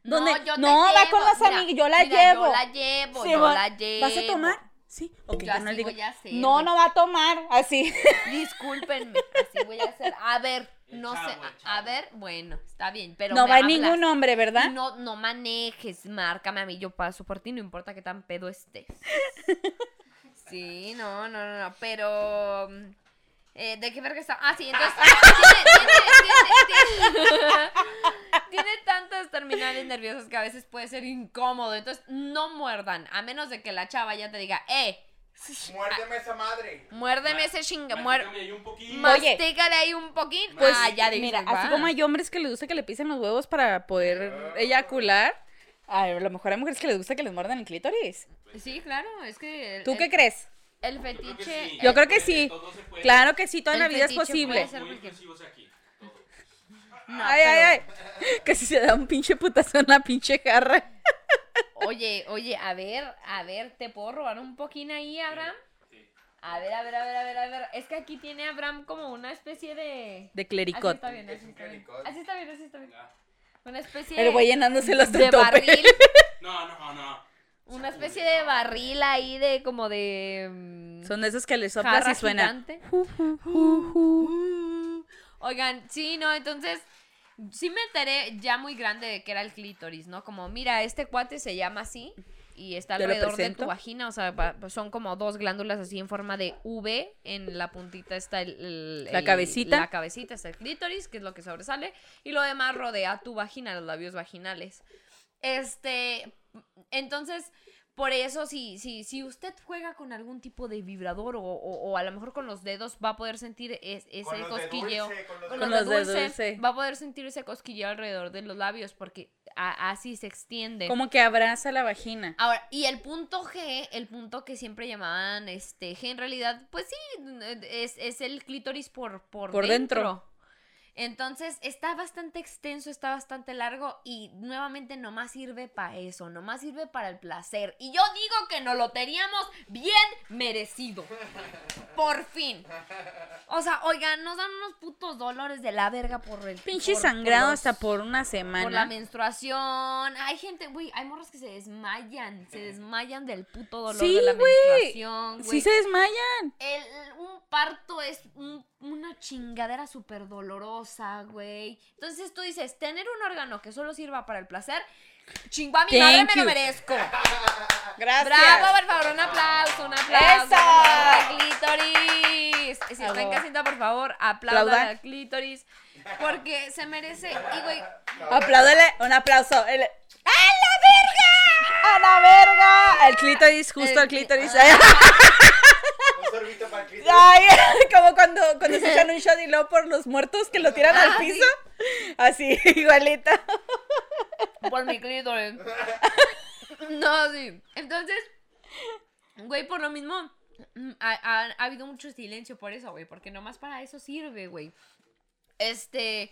[SPEAKER 1] No,
[SPEAKER 2] ¿Dónde?
[SPEAKER 1] yo te
[SPEAKER 2] No, va
[SPEAKER 1] llevo.
[SPEAKER 2] con las
[SPEAKER 1] Mira,
[SPEAKER 2] amigas, yo la
[SPEAKER 1] mira,
[SPEAKER 2] llevo.
[SPEAKER 1] Yo la llevo,
[SPEAKER 2] Sí,
[SPEAKER 1] yo
[SPEAKER 2] va-
[SPEAKER 1] la llevo.
[SPEAKER 2] ¿Vas a tomar? Sí. Ok,
[SPEAKER 1] Yo
[SPEAKER 2] ya
[SPEAKER 1] así
[SPEAKER 2] no le digo.
[SPEAKER 1] voy a hacer,
[SPEAKER 2] No,
[SPEAKER 1] güey.
[SPEAKER 2] no va a tomar. Así.
[SPEAKER 1] Discúlpenme, así voy a hacer. A ver,
[SPEAKER 5] El
[SPEAKER 1] no
[SPEAKER 5] chavo,
[SPEAKER 1] sé.
[SPEAKER 5] el
[SPEAKER 1] a- A,
[SPEAKER 5] chavo.
[SPEAKER 1] ver, bueno, está bien, pero.
[SPEAKER 2] no
[SPEAKER 1] me
[SPEAKER 2] va
[SPEAKER 1] hablas.
[SPEAKER 2] ningún hombre, ¿verdad?
[SPEAKER 1] Y no, no manejes, márcame a mí, yo paso por ti, no importa qué tan pedo estés. Sí, no, no, no, no, pero... mm, eh, ¿De qué verga está? Ah, sí, entonces... tiene, tiene- tiene- tiene- tiene tantas terminales nerviosas que a veces puede ser incómodo, entonces no muerdan, a menos de que la chava ya te diga, eh,
[SPEAKER 3] Muérdeme esa madre.
[SPEAKER 1] muérdeme ese chinga, muer...
[SPEAKER 5] ah, Mastícame ahí un poquito.
[SPEAKER 2] Oye.
[SPEAKER 1] Mastícale ahí un poquín.
[SPEAKER 2] Pues
[SPEAKER 1] ah, ya dices,
[SPEAKER 2] mira,
[SPEAKER 1] "Va".
[SPEAKER 2] así como hay hombres que les gusta que le pisen los huevos para poder eyacular, a lo mejor hay mujeres que les gusta que les muerdan el clítoris.
[SPEAKER 1] Sí, claro, es que... el-
[SPEAKER 2] ¿Tú qué
[SPEAKER 1] el-
[SPEAKER 2] crees?
[SPEAKER 1] El
[SPEAKER 5] Yo creo que
[SPEAKER 1] fetiche...
[SPEAKER 5] sí.
[SPEAKER 2] Yo creo que
[SPEAKER 5] Puede,
[SPEAKER 2] sí.
[SPEAKER 5] todo se puede.
[SPEAKER 2] Claro que sí, toda
[SPEAKER 1] El
[SPEAKER 2] la vida es
[SPEAKER 1] fetiche puede
[SPEAKER 2] posible.
[SPEAKER 1] ser-
[SPEAKER 5] Muy
[SPEAKER 1] porque-
[SPEAKER 5] inclusivos aquí. todo.
[SPEAKER 1] No,
[SPEAKER 2] ay,
[SPEAKER 1] pero-
[SPEAKER 2] ay, ay. Casi se da un pinche putazo en la pinche jarra.
[SPEAKER 1] Oye, oye, a ver, a ver, ¿te puedo robar un poquín ahí, Abraham?
[SPEAKER 5] Sí.
[SPEAKER 1] A ver, a ver, a ver, a ver, a ver. Es que aquí tiene Abraham como una especie de.
[SPEAKER 2] De
[SPEAKER 1] Así
[SPEAKER 2] clericot.
[SPEAKER 1] está bien,
[SPEAKER 3] Es
[SPEAKER 1] así
[SPEAKER 3] un
[SPEAKER 1] está bien.
[SPEAKER 3] clericot.
[SPEAKER 1] Así está bien, así está bien.
[SPEAKER 5] Ah.
[SPEAKER 1] Una especie
[SPEAKER 2] El güey llenándose los
[SPEAKER 1] de
[SPEAKER 2] de tope.
[SPEAKER 1] barril.
[SPEAKER 5] No, no, no.
[SPEAKER 1] Una especie de barril ahí de como de. mm,
[SPEAKER 2] Son de esos que le
[SPEAKER 1] jarra
[SPEAKER 2] soplas y suena.
[SPEAKER 1] gigante. Oigan, sí, no, entonces sí me enteré ya muy grande de que era el clítoris, ¿no? Como, mira, este cuate se llama así y está
[SPEAKER 2] ¿Te lo
[SPEAKER 1] alrededor de
[SPEAKER 2] presento?
[SPEAKER 1] tu vagina, o sea, va- son como dos glándulas así en forma de V, en la puntita está el, el-
[SPEAKER 2] La
[SPEAKER 1] el-
[SPEAKER 2] cabecita.
[SPEAKER 1] La cabecita está el clítoris, que es lo que sobresale, y lo demás rodea tu vagina, los labios vaginales. Este, entonces, por eso, si, si, si usted juega con algún tipo de vibrador o, o- o a lo mejor con los dedos, va a poder sentir es- ese
[SPEAKER 3] Con los de
[SPEAKER 1] cosquilleo.
[SPEAKER 3] dulce, con los
[SPEAKER 1] Con
[SPEAKER 3] de-
[SPEAKER 1] los,
[SPEAKER 2] los de
[SPEAKER 1] de dulce,
[SPEAKER 2] dulce.
[SPEAKER 1] Va a poder sentir ese cosquilleo alrededor de los labios porque a- así se extiende.
[SPEAKER 2] Como que abraza la vagina.
[SPEAKER 1] Ahora, y el punto G, el punto que siempre llamaban este G, en realidad, pues sí, es, es el clítoris por, por,
[SPEAKER 2] Por dentro.
[SPEAKER 1] Entonces, está bastante extenso, está bastante largo y nuevamente nomás sirve para eso, nomás sirve para el placer. Y yo digo que nos lo teníamos bien merecido. Por fin. O sea, oigan, nos dan unos putos dolores de la verga por el
[SPEAKER 2] Pinche
[SPEAKER 1] por- por
[SPEAKER 2] sangrado
[SPEAKER 1] los-
[SPEAKER 2] hasta por una semana.
[SPEAKER 1] por la menstruación. Hay gente, güey, hay morros que se desmayan. Se desmayan del puto dolor
[SPEAKER 2] Sí,
[SPEAKER 1] de la
[SPEAKER 2] güey.
[SPEAKER 1] menstruación, güey.
[SPEAKER 2] Sí se desmayan.
[SPEAKER 1] El- un parto es un- una chingadera súper dolorosa, güey. Entonces tú dices, tener un órgano que solo sirva para el placer, chingua mi madre, me
[SPEAKER 2] Thank
[SPEAKER 1] lo
[SPEAKER 2] you.
[SPEAKER 1] merezco.
[SPEAKER 2] Gracias.
[SPEAKER 1] Bravo, por favor, un aplauso, un aplauso.
[SPEAKER 2] ¡Eso!
[SPEAKER 1] para el clítoris. Si está en
[SPEAKER 2] Bravo.
[SPEAKER 1] casita, por favor, aplaudan
[SPEAKER 2] Aplaudan.
[SPEAKER 1] al clítoris. Porque se merece. Y, güey,
[SPEAKER 2] Apláudele, un aplauso. El- ¡A la verga! ¡A la verga! El clítoris, justo
[SPEAKER 1] El
[SPEAKER 2] el, Ah.
[SPEAKER 1] cli-
[SPEAKER 2] clítoris.
[SPEAKER 3] Un sorbito para el Cristo.
[SPEAKER 2] Ay, como cuando, cuando se echan un shot y luego por los muertos que lo tiran al piso. Así, igualita.
[SPEAKER 1] Por mi clítoris. No, sí. Entonces, güey, por lo mismo, mm, ha, ha- ha habido mucho silencio por eso, güey, porque nomás para eso sirve, güey. Este,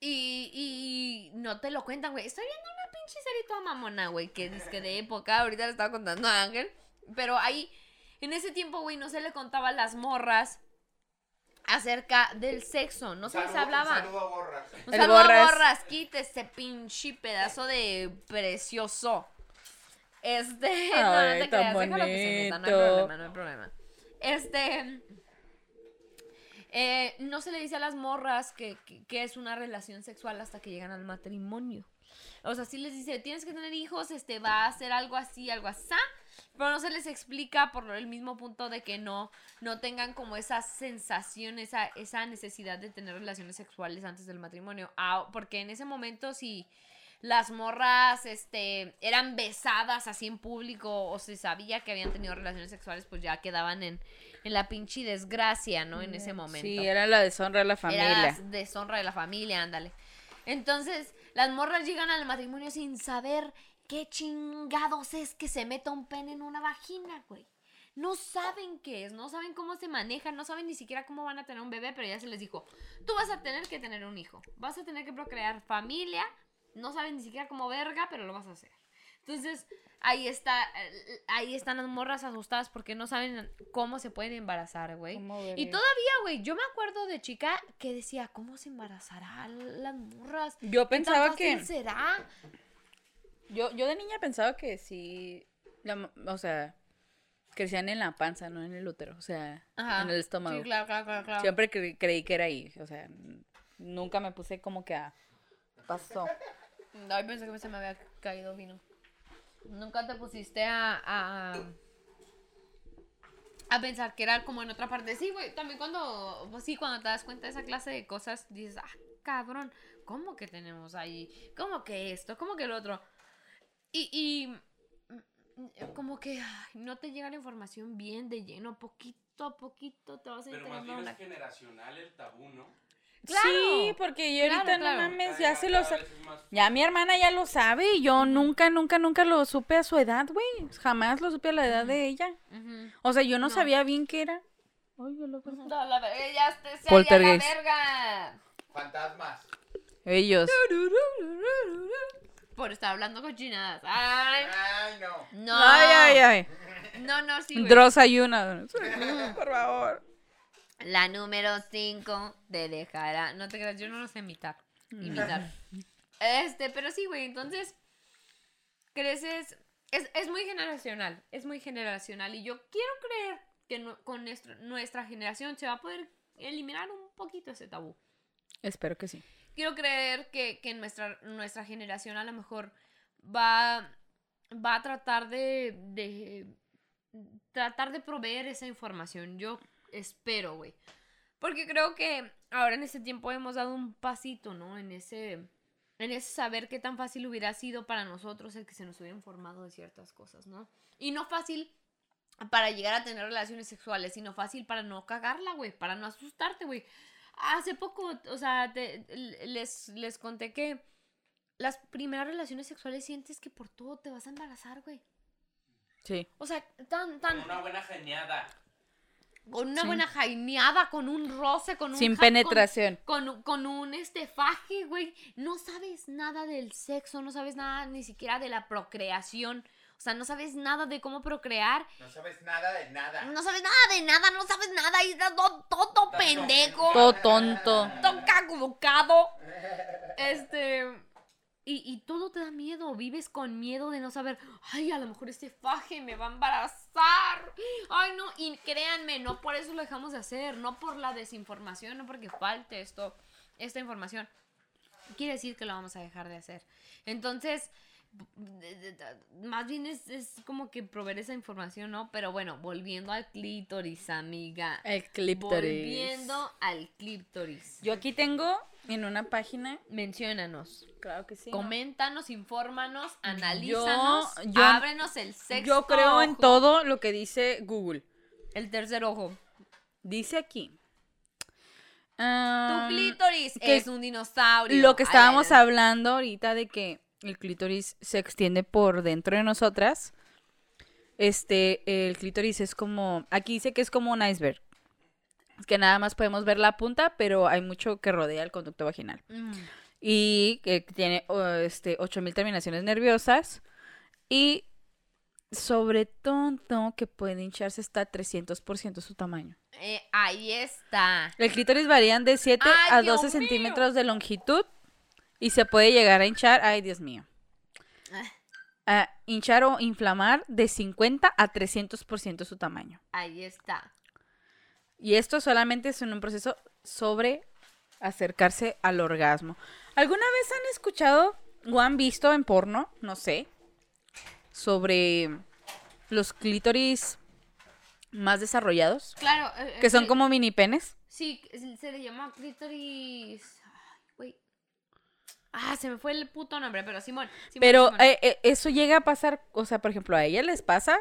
[SPEAKER 1] y, y no te lo cuentan, güey. Estoy viendo una pinche serie toda mamona, güey, que es que de época, ahorita le estaba contando a Ángel, pero ahí, en ese tiempo, güey, no se le contaba a las morras acerca del sexo, no se les
[SPEAKER 3] Saludo-
[SPEAKER 1] hablaba.
[SPEAKER 3] Un saludo a Borras.
[SPEAKER 1] Un
[SPEAKER 2] El
[SPEAKER 1] saludo a
[SPEAKER 2] Borras.
[SPEAKER 1] Borras, quítese pinche pedazo de precioso. Este, no, no
[SPEAKER 2] Ay,
[SPEAKER 1] te
[SPEAKER 2] tan
[SPEAKER 1] creas, déjalo que se meta, no hay
[SPEAKER 2] bonito.
[SPEAKER 1] problema, no hay problema. Este, eh, no se le dice a las morras que, que- que es una relación sexual hasta que llegan al matrimonio. O sea, sí les dice, tienes que tener hijos, este, va a ser algo así, algo así. Pero no se les explica por el mismo punto de que no, no tengan como esa sensación, esa, esa necesidad de tener relaciones sexuales antes del matrimonio. Ah, porque en ese momento si las morras este, eran besadas así en público o se sabía que habían tenido relaciones sexuales, pues ya quedaban en, en la pinche desgracia, ¿no? En ese momento.
[SPEAKER 2] Sí, era la deshonra de la familia.
[SPEAKER 1] Era deshonra de la familia, ándale. Entonces, las morras llegan al matrimonio sin saber qué chingados es que se meta un pene en una vagina, güey. No saben qué es, no saben cómo se maneja, no saben ni siquiera cómo van a tener un bebé, pero ya se les dijo, tú vas a tener que tener un hijo, vas a tener que procrear familia, no saben ni siquiera cómo verga, pero lo vas a hacer. Entonces, ahí está, eh, ahí están las morras asustadas porque no saben cómo se pueden embarazar, güey. Y todavía, güey, yo me acuerdo de chica que decía, ¿cómo se embarazarán las morras? ¿Qué
[SPEAKER 2] Yo
[SPEAKER 1] tan
[SPEAKER 2] pensaba
[SPEAKER 1] fácil
[SPEAKER 2] que.
[SPEAKER 1] será?
[SPEAKER 2] Yo, yo de niña pensaba que sí. la m- o sea, crecían en la panza, no en el útero. O sea,
[SPEAKER 1] Ajá.
[SPEAKER 2] en el estómago.
[SPEAKER 1] Sí, claro, claro, claro, claro.
[SPEAKER 2] Siempre cre- creí que era ahí. O sea, n- nunca me puse como que a. Pasó.
[SPEAKER 1] Ay, pensé que se me había caído vino. Nunca te pusiste a... a a pensar que era como en otra parte. Sí, güey, también cuando, pues sí, cuando te das cuenta de esa clase de cosas, dices, ah, cabrón, ¿cómo que tenemos ahí? ¿Cómo que esto? ¿Cómo que el otro? Y, y mm, mm, como que ay, no te llega la información bien de lleno, poquito a poquito te vas a ir
[SPEAKER 5] Pero más
[SPEAKER 1] enterando de
[SPEAKER 5] bien
[SPEAKER 1] la-
[SPEAKER 5] es generacional el tabú, ¿no?
[SPEAKER 1] Claro.
[SPEAKER 2] Sí, porque yo ahorita
[SPEAKER 1] Claro, claro.
[SPEAKER 2] no mames, ya se lo. sa-
[SPEAKER 5] Cada vez es más-
[SPEAKER 2] Ya mi hermana ya lo sabe y yo nunca, nunca, nunca lo supe a su edad, güey. Jamás lo supe a la edad de ella.
[SPEAKER 1] Ujú.
[SPEAKER 2] O sea, yo no,
[SPEAKER 1] No.
[SPEAKER 2] sabía bien qué era.
[SPEAKER 1] No, la verga, ya te- se haría la
[SPEAKER 2] Poltergeist.
[SPEAKER 1] verga.
[SPEAKER 3] Fantasmas.
[SPEAKER 2] Ellos.
[SPEAKER 1] Por estar hablando cochinadas. Ay,
[SPEAKER 3] Ay, no.
[SPEAKER 1] no.
[SPEAKER 2] Ay, ay, ay.
[SPEAKER 1] No, no, sí, güey.
[SPEAKER 2] Dross ayuna. Por favor.
[SPEAKER 1] La número 5 te dejará. No te creas, yo no lo sé imitar. Imitar. este, pero sí, güey. Entonces, creces. Es, es muy generacional. Es muy generacional. Y yo quiero creer que no- con nuestro- nuestra generación se va a poder eliminar un poquito ese tabú.
[SPEAKER 2] Espero que sí.
[SPEAKER 1] quiero creer que, que nuestra, nuestra generación a lo mejor va, va a tratar de, de tratar de proveer esa información. Yo espero, güey. Porque creo que ahora en este tiempo hemos dado un pasito, ¿no? En ese, en ese saber qué tan fácil hubiera sido para nosotros el que se nos hubiera informado de ciertas cosas, ¿no? Y no fácil para llegar a tener relaciones sexuales, sino fácil para no cagarla, güey, para no asustarte, güey. Hace poco, o sea, te- les, les conté que las primeras relaciones sexuales sientes que por todo te vas a embarazar, güey.
[SPEAKER 2] Sí.
[SPEAKER 1] O sea, tan,
[SPEAKER 5] Con
[SPEAKER 1] tan,
[SPEAKER 5] una buena janeada.
[SPEAKER 1] con una
[SPEAKER 2] Sí.
[SPEAKER 1] buena jaineada, con un roce, con un...
[SPEAKER 2] Sin
[SPEAKER 1] ja- con-
[SPEAKER 2] penetración.
[SPEAKER 1] Con, un- con un este faje, güey. No sabes nada del sexo, no sabes nada ni siquiera de la procreación. O sea, no sabes nada de cómo procrear.
[SPEAKER 3] No sabes nada de nada.
[SPEAKER 1] No sabes nada de nada, no sabes nada. Y estás todo, todo pendejo.
[SPEAKER 2] Todo tonto.
[SPEAKER 1] toca bocado. Este. Y, y todo te da miedo, vives con miedo de no saber, ay, a lo mejor este faje me va a embarazar. Ay, no, y créanme, no por eso lo dejamos de hacer, no por la desinformación, no porque falte esto, esta información. Quiere decir que lo vamos a dejar de hacer. Entonces, de- de- de- más bien es, es como que proveer esa información, ¿no? Pero bueno, volviendo al clítoris, amiga.
[SPEAKER 2] El clítoris.
[SPEAKER 1] Volviendo al clítoris.
[SPEAKER 2] Yo aquí tengo en una página.
[SPEAKER 1] Menciónanos,
[SPEAKER 2] Claro que sí.
[SPEAKER 1] coméntanos, infórmanos, analízanos,
[SPEAKER 2] yo-
[SPEAKER 1] ábrenos el sexto
[SPEAKER 2] Yo creo en
[SPEAKER 1] ojo.
[SPEAKER 2] todo lo que dice Google.
[SPEAKER 1] El tercer ojo.
[SPEAKER 2] Dice aquí.
[SPEAKER 1] tu
[SPEAKER 2] ah,
[SPEAKER 1] clítoris
[SPEAKER 2] que-
[SPEAKER 1] es un dinosaurio.
[SPEAKER 2] Lo que
[SPEAKER 1] Ay,
[SPEAKER 2] estábamos
[SPEAKER 1] ay, ay.
[SPEAKER 2] hablando ahorita de que el clítoris se extiende por dentro de nosotras. Este, el clítoris es como. Aquí dice que es como un iceberg. Es que nada más podemos ver la punta, pero hay mucho que rodea el conducto vaginal.
[SPEAKER 1] Mm,
[SPEAKER 2] y que tiene o, este 8000 terminaciones nerviosas y sobre todo que puede hincharse hasta 300% su tamaño.
[SPEAKER 1] eh, ahí está.
[SPEAKER 2] El clítoris varían de 7
[SPEAKER 1] ¡Ay,
[SPEAKER 2] a
[SPEAKER 1] Dios
[SPEAKER 2] 12
[SPEAKER 1] mío!
[SPEAKER 2] centímetros de longitud y se puede llegar a hinchar, ay Dios mío,
[SPEAKER 1] Ah,
[SPEAKER 2] a hinchar o inflamar de 50 a 300% su tamaño.
[SPEAKER 1] Ahí está.
[SPEAKER 2] Y esto solamente es en un proceso sobre acercarse al orgasmo. ¿Alguna vez han escuchado o han visto en porno, no sé, sobre los clítoris más desarrollados?
[SPEAKER 1] Claro. eh, eh,
[SPEAKER 2] Que son
[SPEAKER 1] sí,
[SPEAKER 2] como mini penes.
[SPEAKER 1] Sí, es- se le llama clítoris. Ay, güey. Ah, se me fue el puto nombre, pero Simón. Simón,
[SPEAKER 2] Pero
[SPEAKER 1] Simón.
[SPEAKER 2] eh, eh, eso llega a pasar, o sea, por ejemplo, a ella les pasa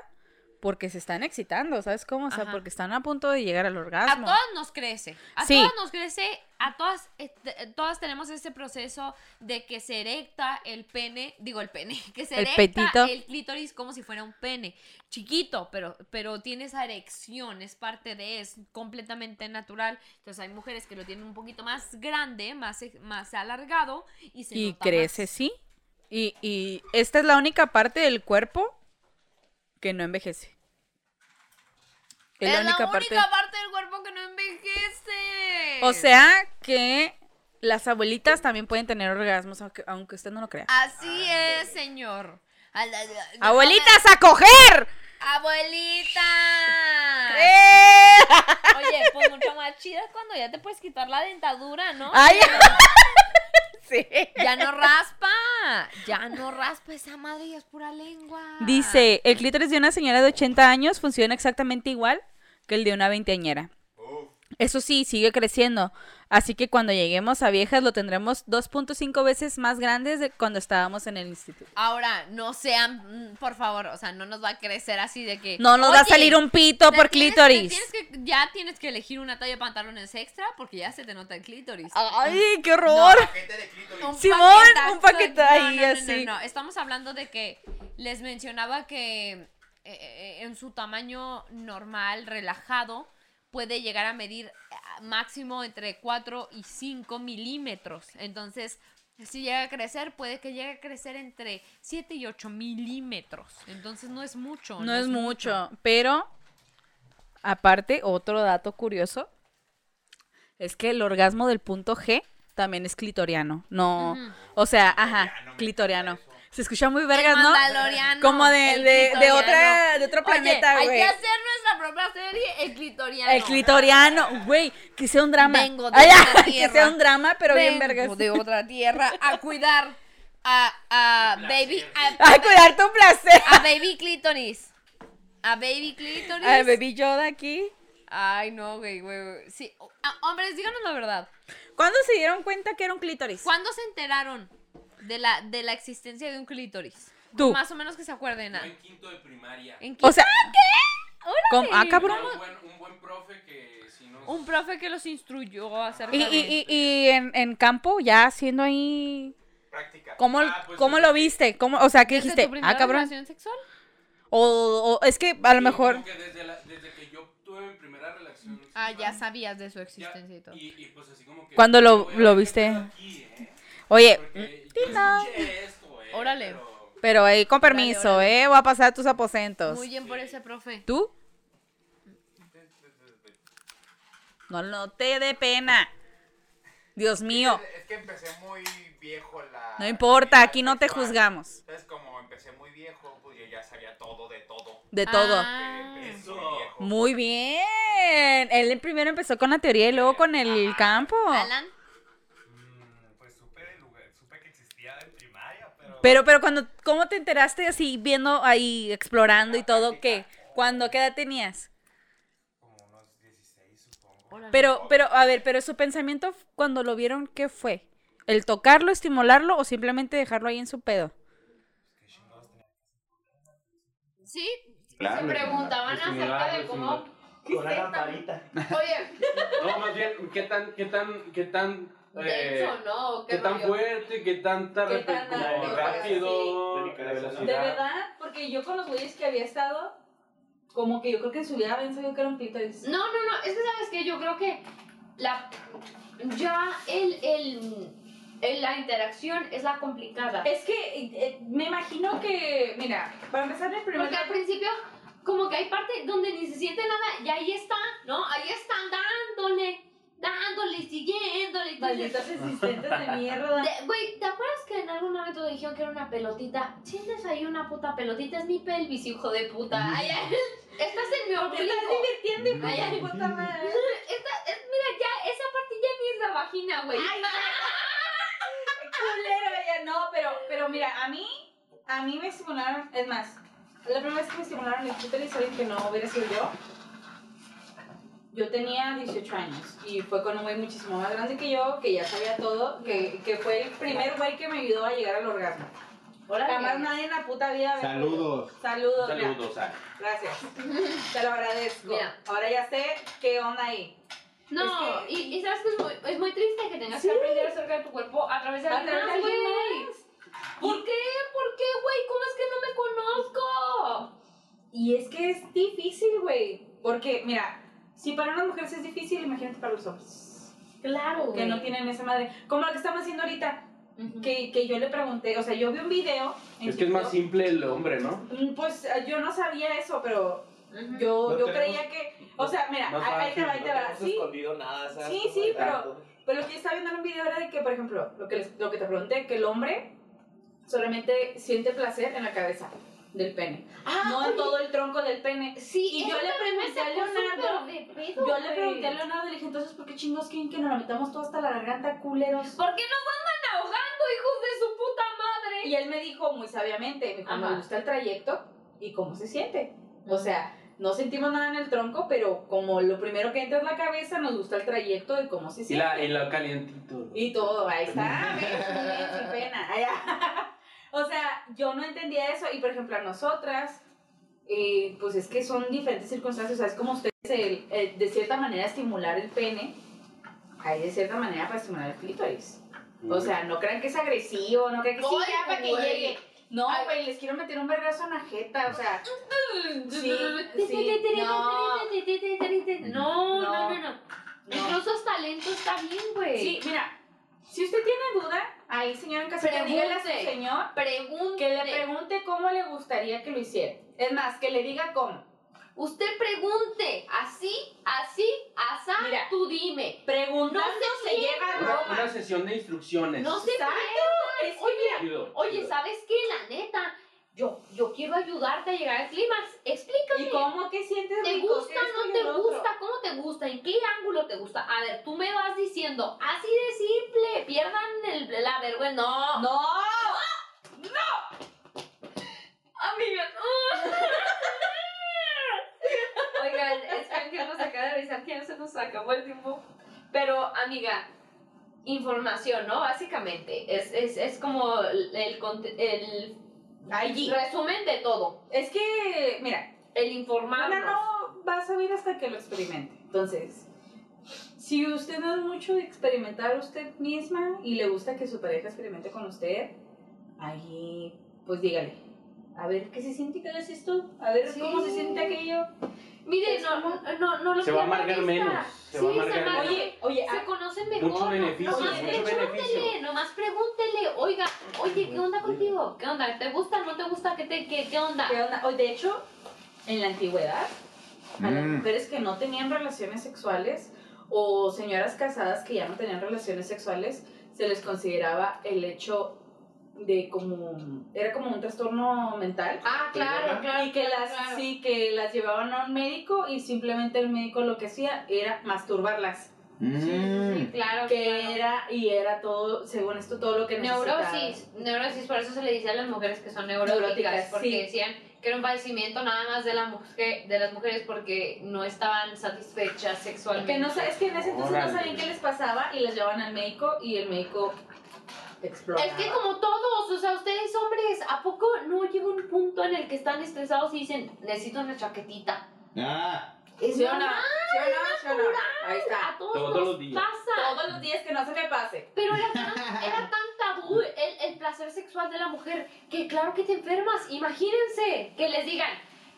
[SPEAKER 2] porque se están excitando, ¿sabes cómo? O sea,
[SPEAKER 1] Ajá.
[SPEAKER 2] porque están a punto de llegar al
[SPEAKER 1] A
[SPEAKER 2] orgasmo.
[SPEAKER 1] todas nos crece. A
[SPEAKER 2] Sí.
[SPEAKER 1] todas nos crece. A todas, eh, te- eh, todas tenemos ese proceso de que se erecta el pene, digo el pene, que se
[SPEAKER 2] El
[SPEAKER 1] erecta
[SPEAKER 2] petito.
[SPEAKER 1] el clítoris como si fuera un pene. Chiquito, pero, pero tiene esa erección, es parte de, es completamente natural. Entonces hay mujeres que lo tienen un poquito más grande, más, eh, más alargado y se
[SPEAKER 2] y
[SPEAKER 1] nota
[SPEAKER 2] crece,
[SPEAKER 1] más.
[SPEAKER 2] sí. Y, y esta es la única parte del cuerpo que no envejece.
[SPEAKER 1] Es la única, parte... del cuerpo que no envejece.
[SPEAKER 2] O sea que las abuelitas también pueden tener orgasmos, aunque, aunque usted no lo
[SPEAKER 1] Ah,
[SPEAKER 2] crea.
[SPEAKER 1] Así es, señor. Al- al- al-
[SPEAKER 2] ¡Abuelitas a coger!
[SPEAKER 1] ¡Abuelita!
[SPEAKER 2] ¡Eh!
[SPEAKER 1] Oye, pues mucho más chida es cuando ya te puedes quitar la dentadura, ¿no?
[SPEAKER 2] ¡Ay! Sí.
[SPEAKER 1] Ya no raspa. Ya no raspa esa madre y es pura lengua.
[SPEAKER 2] Dice, el clítoris de una señora de 80 años funciona exactamente igual que el de una veinteañera.
[SPEAKER 3] Uf.
[SPEAKER 2] Eso sí, sigue creciendo. Así que cuando lleguemos a viejas lo tendremos 2.5 veces más grandes de cuando estábamos en el instituto.
[SPEAKER 1] Ahora, no sean, mm, por favor, o sea, no nos va a crecer así de que.
[SPEAKER 2] No nos va a
[SPEAKER 1] "Oye,
[SPEAKER 2] salir un pito
[SPEAKER 1] te
[SPEAKER 2] por
[SPEAKER 1] tienes- te
[SPEAKER 2] clítoris.
[SPEAKER 1] tienes que- ya tienes que elegir una talla de pantalones extra porque ya se te nota el clítoris.
[SPEAKER 2] ¡Ay, qué horror!
[SPEAKER 3] Paquete de clítoris.
[SPEAKER 2] Simón,
[SPEAKER 1] paquetazo.
[SPEAKER 2] un paquete
[SPEAKER 1] No, no,
[SPEAKER 2] ahí,
[SPEAKER 1] no, no,
[SPEAKER 2] así.
[SPEAKER 1] No, no, estamos hablando de que les mencionaba que eh, eh, en su tamaño normal, relajado, puede llegar a medir máximo entre 4 y 5 milímetros. Entonces, si llega a crecer, puede que llegue a crecer entre 7 y 8 milímetros. Entonces, no es mucho.
[SPEAKER 2] No es mucho, pero aparte, otro dato curioso es que el orgasmo del punto G también es clitoriano. No,
[SPEAKER 1] Ujú.
[SPEAKER 2] o sea, ajá,
[SPEAKER 3] Clitoriano, me
[SPEAKER 2] clitoriano.
[SPEAKER 3] encanta eso.
[SPEAKER 2] Se escucha muy
[SPEAKER 1] El
[SPEAKER 2] vergas, ¿no?
[SPEAKER 1] mandaloriano,
[SPEAKER 2] Como de,
[SPEAKER 1] el
[SPEAKER 2] de- de
[SPEAKER 1] clitoriano.
[SPEAKER 2] otra, de otro
[SPEAKER 1] Oye,
[SPEAKER 2] planeta,
[SPEAKER 1] Hay
[SPEAKER 2] güey.
[SPEAKER 1] que hacer nuestra propia serie, el clitoriano.
[SPEAKER 2] El clitoriano, güey, que sea un drama.
[SPEAKER 1] Vengo de
[SPEAKER 2] Ay,
[SPEAKER 1] otra
[SPEAKER 2] que
[SPEAKER 1] tierra.
[SPEAKER 2] sea un drama, pero
[SPEAKER 1] Vengo
[SPEAKER 2] bien vergas.
[SPEAKER 1] de otra tierra a cuidar a, a
[SPEAKER 5] Tu
[SPEAKER 1] baby
[SPEAKER 5] placer.
[SPEAKER 1] a,
[SPEAKER 2] A cuidar tu placer.
[SPEAKER 1] a baby clítoris. A baby clítoris.
[SPEAKER 2] Ay, baby Yoda aquí.
[SPEAKER 1] Ay, no, güey, güey. güey. Sí, ah, hombres, díganos la verdad.
[SPEAKER 2] ¿Cuándo se dieron cuenta que era un clítoris?
[SPEAKER 1] ¿Cuándo se enteraron de la de la existencia de un clítoris?
[SPEAKER 2] Tú.
[SPEAKER 1] Más o menos que se acuerden.
[SPEAKER 5] Yo
[SPEAKER 1] ah.
[SPEAKER 5] en quinto de primaria.
[SPEAKER 1] ¿En qué?
[SPEAKER 2] O sea, ¿cómo? Ah, cabrón.
[SPEAKER 5] Era Un buen, un buen profe que si no...
[SPEAKER 1] Un profe que los instruyó acerca
[SPEAKER 2] Y,
[SPEAKER 1] de
[SPEAKER 2] y- y- y en, en campo, ya siendo ahí.
[SPEAKER 3] Práctica.
[SPEAKER 2] ¿Cómo,
[SPEAKER 5] Ah, pues,
[SPEAKER 2] cómo
[SPEAKER 5] desde-
[SPEAKER 2] lo viste? ¿Cómo, o sea, ¿qué
[SPEAKER 1] ¿Desde
[SPEAKER 2] dijiste?
[SPEAKER 1] tu primera
[SPEAKER 2] Ah, cabrón.
[SPEAKER 1] relación sexual?
[SPEAKER 2] O, o- es que a lo
[SPEAKER 5] Sí,
[SPEAKER 2] mejor.
[SPEAKER 5] como que desde, la- desde que yo tuve mi primera relación.
[SPEAKER 1] Ah, ya
[SPEAKER 5] sexual,
[SPEAKER 1] sabías de su
[SPEAKER 5] ya-
[SPEAKER 1] existencia y todo.
[SPEAKER 5] y, y pues así como que...
[SPEAKER 2] ¿Cuándo lo-
[SPEAKER 5] Oye,
[SPEAKER 2] lo
[SPEAKER 5] ¿qué
[SPEAKER 2] viste?
[SPEAKER 5] pedo aquí, eh?
[SPEAKER 2] Oye,
[SPEAKER 5] Porque yo
[SPEAKER 2] Tila.
[SPEAKER 5] escuché esto, eh,
[SPEAKER 1] Órale.
[SPEAKER 5] pero-
[SPEAKER 2] pero ahí con
[SPEAKER 1] Órale,
[SPEAKER 2] permiso,
[SPEAKER 1] órale.
[SPEAKER 2] ¿eh? Voy a pasar a tus aposentos.
[SPEAKER 1] Muy bien por ese profe.
[SPEAKER 2] ¿Tú? No, no te dé pena. Dios mío.
[SPEAKER 3] Es que empecé muy viejo la.
[SPEAKER 2] No importa,
[SPEAKER 3] la
[SPEAKER 2] aquí no te
[SPEAKER 3] sexual.
[SPEAKER 2] juzgamos.
[SPEAKER 3] Entonces, como empecé muy viejo, pues yo ya sabía todo de todo.
[SPEAKER 2] De todo.
[SPEAKER 1] Ah.
[SPEAKER 3] Eh, empecé
[SPEAKER 5] Eso.
[SPEAKER 3] muy viejo.
[SPEAKER 2] Muy bien. Él primero empezó con la teoría y luego con el campo.
[SPEAKER 1] Alan.
[SPEAKER 6] Mm, pues supe del lugar, supe que existía en primaria, pero.
[SPEAKER 2] Pero, pero cuando, ¿cómo te enteraste así viendo ahí, explorando y todo? ¿Qué? ¿Cuándo? ¿Qué edad tenías?
[SPEAKER 6] Como unos 16, supongo.
[SPEAKER 1] Órale.
[SPEAKER 2] Pero, pero, a ver, pero su pensamiento cuando lo vieron, ¿qué fue? ¿El tocarlo, estimularlo o simplemente dejarlo ahí en su pedo?
[SPEAKER 1] Sí, se preguntaban acerca de cómo.
[SPEAKER 7] Con la lamparita.
[SPEAKER 1] Oye,
[SPEAKER 5] No, más bien, ¿qué tan, qué tan, qué tan... eh,
[SPEAKER 1] denso, ¿no?
[SPEAKER 5] ¿Qué tan fuerte? ¿Qué tanta
[SPEAKER 2] ¿Qué
[SPEAKER 5] repe-
[SPEAKER 2] tan
[SPEAKER 5] como
[SPEAKER 2] alto?
[SPEAKER 5] rápido?
[SPEAKER 7] Sí.
[SPEAKER 5] la velocidad?
[SPEAKER 7] De
[SPEAKER 2] porque yo con los güeyes que había estado, como que yo creo que en su vida habían sabido que eran clítoris.
[SPEAKER 1] No, no, no, es que sabes que yo creo que la. Ya el, el, el- la interacción es la complicada.
[SPEAKER 8] Es que eh, eh, me imagino que, mira, para empezar el primer
[SPEAKER 1] Porque al principio, como que hay parte donde ni se siente nada, y ahí está, ¿no? Ahí están dándole, dándole, siguiéndole. y tú dices,
[SPEAKER 8] malditos existentes de mierda.
[SPEAKER 1] "Te- Güey, ¿te acuerdas que en algún momento dijeron que era una pelotita? Tienes ahí una puta pelotita, es mi pelvis, hijo de puta. Ay, ay, estás en mi
[SPEAKER 8] Te estás
[SPEAKER 1] ombligo.
[SPEAKER 8] divirtiendo y
[SPEAKER 1] Ay, ay.
[SPEAKER 8] puta madre.
[SPEAKER 1] Esta, es, mira, ya, esa parte ya ni es la vagina, güey.
[SPEAKER 8] Ay, culero, ella no, pero, pero mira, a mí, a mí me estimularon, es más, la primera vez que me estimularon el clítoris, alguien que no hubiera sido yo, yo tenía 18 años y fue con un güey muchísimo más grande que yo, que ya sabía todo, que, que fue el primer güey que me ayudó a llegar al orgasmo. Jamás nadie en la puta vida. había-
[SPEAKER 7] Saludos.
[SPEAKER 8] Saludos. mira.
[SPEAKER 5] Saludos a...
[SPEAKER 8] Gracias. Te lo
[SPEAKER 1] ah.
[SPEAKER 8] agradezco.
[SPEAKER 1] Mira.
[SPEAKER 8] Ahora ya sé qué onda ahí.
[SPEAKER 1] No,
[SPEAKER 8] Es que-
[SPEAKER 1] y, y sabes que es muy, es muy triste que tengas que aprender acerca de tu cuerpo a través de
[SPEAKER 8] A
[SPEAKER 1] alguien
[SPEAKER 8] través de
[SPEAKER 1] más,
[SPEAKER 8] alguien
[SPEAKER 1] güey.
[SPEAKER 8] más.
[SPEAKER 1] ¿Por qué? ¿Por qué, güey? ¿Cómo es que no me conozco?
[SPEAKER 8] Y es que es difícil, güey. Porque, mira, si para unas mujeres es difícil, imagínate para los hombres.
[SPEAKER 1] Claro,
[SPEAKER 8] Que no tienen esa madre. Como lo que estamos haciendo ahorita. Que, que yo le pregunté, o sea, yo vi un video. en
[SPEAKER 5] Es que es más
[SPEAKER 8] YouTube.
[SPEAKER 5] simple el hombre, ¿no?
[SPEAKER 8] Mm, Pues eh, yo no sabía eso, pero
[SPEAKER 7] No
[SPEAKER 8] yo, yo
[SPEAKER 7] tenemos-
[SPEAKER 8] creía que. O sea, mira,
[SPEAKER 5] más
[SPEAKER 8] ahí ahí te va, ahí
[SPEAKER 7] No
[SPEAKER 8] te va.
[SPEAKER 7] tenemos
[SPEAKER 8] Sí,
[SPEAKER 7] escondido nada, ¿sabes?
[SPEAKER 8] Sí,
[SPEAKER 7] Como
[SPEAKER 8] sí,
[SPEAKER 7] de
[SPEAKER 8] pero-
[SPEAKER 7] tanto.
[SPEAKER 8] Pero lo que yo estaba viendo en un video era de que, por ejemplo, lo que, les- lo que te pregunté, que el hombre solamente siente placer en la cabeza del pene,
[SPEAKER 1] Ah,
[SPEAKER 8] no en todo el tronco del pene.
[SPEAKER 1] Sí,
[SPEAKER 8] Y yo
[SPEAKER 1] eso
[SPEAKER 8] le
[SPEAKER 1] también me
[SPEAKER 8] pregunté a
[SPEAKER 1] sacó
[SPEAKER 8] Leonardo,
[SPEAKER 1] súper de pedo,
[SPEAKER 8] Yo le
[SPEAKER 1] güey.
[SPEAKER 8] pregunté a Leonardo y le dije, entonces, ¿por qué chingos quieren que nos la metamos todo hasta la garganta, culeros?
[SPEAKER 1] ¿Por qué nos andan ahogando, hijos de su puta madre?
[SPEAKER 8] Y él me dijo muy sabiamente, me dijo,
[SPEAKER 1] Ajá.
[SPEAKER 8] me gusta el trayecto y cómo se siente. O sea, no sentimos nada en el tronco, pero como lo primero que entra es la cabeza, nos gusta el trayecto de cómo se
[SPEAKER 5] Y
[SPEAKER 8] siente.
[SPEAKER 5] la, y la calientito.
[SPEAKER 8] Y todo, ahí está, ves, muy bien, sin pena. Ay, ah. O sea, yo no entendía eso. Y por ejemplo, a nosotras, eh, pues es que son diferentes circunstancias. O sea, es como ustedes, el- el- de cierta manera, estimular el pene, hay de cierta manera para estimular el clítoris. O sea, no crean que es agresivo, no crean que sí,
[SPEAKER 1] Ay,
[SPEAKER 8] ya, para que
[SPEAKER 1] güey.
[SPEAKER 8] llegue. No,
[SPEAKER 1] Ay.
[SPEAKER 8] güey, les quiero meter un vergazo en la jeta, o sea. Sí, sí,
[SPEAKER 1] no, no, no, no.
[SPEAKER 8] No.
[SPEAKER 1] Incluso
[SPEAKER 9] güey.
[SPEAKER 2] Sí, mira, si usted tiene duda, ahí señor en casa,
[SPEAKER 9] Pregunte.
[SPEAKER 2] dígale a su señor
[SPEAKER 9] Pregunte.
[SPEAKER 2] que le pregunte cómo le gustaría que lo hiciera. Es más, que le diga cómo.
[SPEAKER 9] Usted pregunte. Así, así, asá,
[SPEAKER 2] Mira.
[SPEAKER 9] tú dime.
[SPEAKER 2] Preguntando
[SPEAKER 9] No se
[SPEAKER 2] se llega a
[SPEAKER 5] Una,
[SPEAKER 2] Roma.
[SPEAKER 5] una sesión de instrucciones.
[SPEAKER 9] No se
[SPEAKER 2] Exacto,
[SPEAKER 9] pregunte.
[SPEAKER 2] es que
[SPEAKER 9] Oye,
[SPEAKER 5] Chido,
[SPEAKER 9] Oye,
[SPEAKER 5] chido.
[SPEAKER 9] ¿sabes qué? La neta, yo, yo quiero ayudarte a llegar al clímax. Explícame.
[SPEAKER 2] ¿Y cómo que sientes
[SPEAKER 9] ¿Te
[SPEAKER 2] rico?
[SPEAKER 9] gusta,
[SPEAKER 2] ¿Qué esto
[SPEAKER 9] no
[SPEAKER 2] y
[SPEAKER 9] te
[SPEAKER 2] el otro?
[SPEAKER 9] gusta? ¿Cómo te gusta? ¿En qué ángulo te gusta? A ver, tú me vas diciendo, así de simple, pierdan el, la vergüenza. No,
[SPEAKER 2] No,
[SPEAKER 9] amigas. Oigan, espero que nos acaba de avisar que ya se nos acabó el tiempo. Pero, amiga, información, ¿no? Básicamente, es, es, es como el, el conte- el
[SPEAKER 2] allí.
[SPEAKER 9] resumen de todo.
[SPEAKER 2] Es que, mira,
[SPEAKER 9] El informarnos.
[SPEAKER 2] Ana no va a saber hasta que lo experimente. Entonces, si usted no es mucho de experimentar usted misma y le gusta que su pareja experimente con usted, ahí, pues dígale. A ver, ¿qué se siente que haces esto? A ver,
[SPEAKER 9] Sí.
[SPEAKER 2] ¿cómo se siente aquello?
[SPEAKER 9] Mire, no, eh, no, no lo
[SPEAKER 5] Se va a
[SPEAKER 9] pierda
[SPEAKER 5] amargar
[SPEAKER 9] de
[SPEAKER 5] menos,
[SPEAKER 9] vista.
[SPEAKER 5] se va a
[SPEAKER 9] Sí,
[SPEAKER 5] amargar
[SPEAKER 9] se
[SPEAKER 5] menos.
[SPEAKER 9] Oye,
[SPEAKER 2] Oye, oye,
[SPEAKER 9] se
[SPEAKER 2] ah,
[SPEAKER 9] conoce mejor.
[SPEAKER 5] mucho beneficio,
[SPEAKER 9] nomás
[SPEAKER 2] mucho
[SPEAKER 9] pregúntele,
[SPEAKER 5] beneficio.
[SPEAKER 9] nomás pregúntele. Oiga, oye, ¿qué onda contigo? ¿Qué onda? ¿Te gusta? ¿No te gusta? ¿Qué, te, qué, qué onda?
[SPEAKER 2] ¿qué onda? Oye, de hecho, en la antigüedad, a las
[SPEAKER 10] Mm.
[SPEAKER 2] mujeres que no tenían relaciones sexuales o señoras casadas que ya no tenían relaciones sexuales, se les consideraba el hecho de como, era como un trastorno mental.
[SPEAKER 9] Ah, claro, claro.
[SPEAKER 2] Y que las,
[SPEAKER 9] claro.
[SPEAKER 2] sí, que las llevaban a un médico y simplemente el médico lo que hacía era masturbarlas.
[SPEAKER 9] Sí, sí, sí, claro.
[SPEAKER 2] Que
[SPEAKER 9] Ah, claro.
[SPEAKER 2] era, y era todo, según esto, todo lo que necesitaban.
[SPEAKER 9] Neurosis, neurosis, por eso se le dice a las mujeres que son neuróticas,
[SPEAKER 2] Neuróticas,
[SPEAKER 9] porque
[SPEAKER 2] sí.
[SPEAKER 9] decían que era un padecimiento nada más de, la mujer, de las mujeres porque no estaban satisfechas sexualmente.
[SPEAKER 2] Que no sa- es que en ese entonces
[SPEAKER 5] Órale.
[SPEAKER 2] no sabían qué les pasaba y las llevaban al médico y el médico explora.
[SPEAKER 9] Es que como todos, o sea, ustedes hombres, ¿a poco no llega un punto en el que están estresados y dicen, necesito una chaquetita?
[SPEAKER 5] Ah,
[SPEAKER 9] Es
[SPEAKER 2] ¿Sí o no?
[SPEAKER 9] normal,
[SPEAKER 2] ¿Sí o no? ¿Sí o no? Ahí está.
[SPEAKER 9] a todos,
[SPEAKER 5] Todos
[SPEAKER 9] nos
[SPEAKER 5] los días.
[SPEAKER 9] pasa.
[SPEAKER 2] Todos los días que no se me pase.
[SPEAKER 9] Pero era tan, era tan tabú el, el placer sexual de la mujer que claro que te enfermas. Imagínense que les digan,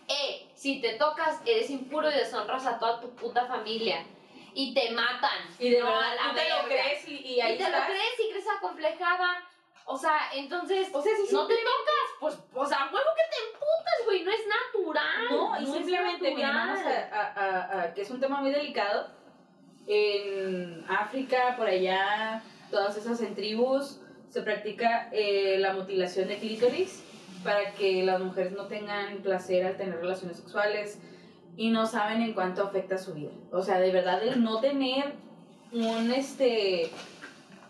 [SPEAKER 9] eh, si te tocas eres impuro y deshonras a toda tu puta familia y te matan.
[SPEAKER 2] Y de
[SPEAKER 9] No,
[SPEAKER 2] verdad,
[SPEAKER 9] a la
[SPEAKER 2] tú te lo
[SPEAKER 9] verga.
[SPEAKER 2] crees y, y ahí
[SPEAKER 9] Y te lo
[SPEAKER 2] estás.
[SPEAKER 9] crees y crees acomplejada. O sea, entonces...
[SPEAKER 2] O sea, si
[SPEAKER 9] No te
[SPEAKER 2] simple-
[SPEAKER 9] tocas, pues, o sea, huevo que te emputas, güey, no es natural.
[SPEAKER 2] No, y
[SPEAKER 9] es
[SPEAKER 2] simplemente, mira,
[SPEAKER 9] natural.
[SPEAKER 2] vamos a, a- a- a- que es un tema muy delicado. En África, por allá, todas esas en tribus, se practica eh, la mutilación de clítoris para que las mujeres no tengan placer al tener relaciones sexuales y no saben en cuánto afecta su vida. O sea, de verdad, el no tener un este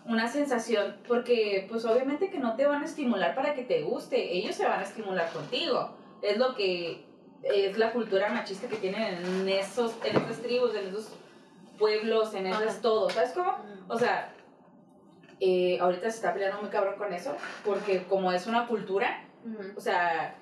[SPEAKER 2] una sensación, porque pues obviamente que no te van a estimular para que te guste, ellos se van a estimular contigo. Es lo que es la cultura machista que tienen en esos en esas tribus, en esos pueblos, en esas
[SPEAKER 9] Ajá.
[SPEAKER 2] todo, ¿sabes cómo? O sea, eh, ahorita se está peleando muy cabrón con eso, porque como es una cultura,
[SPEAKER 9] Ujú.
[SPEAKER 2] o sea,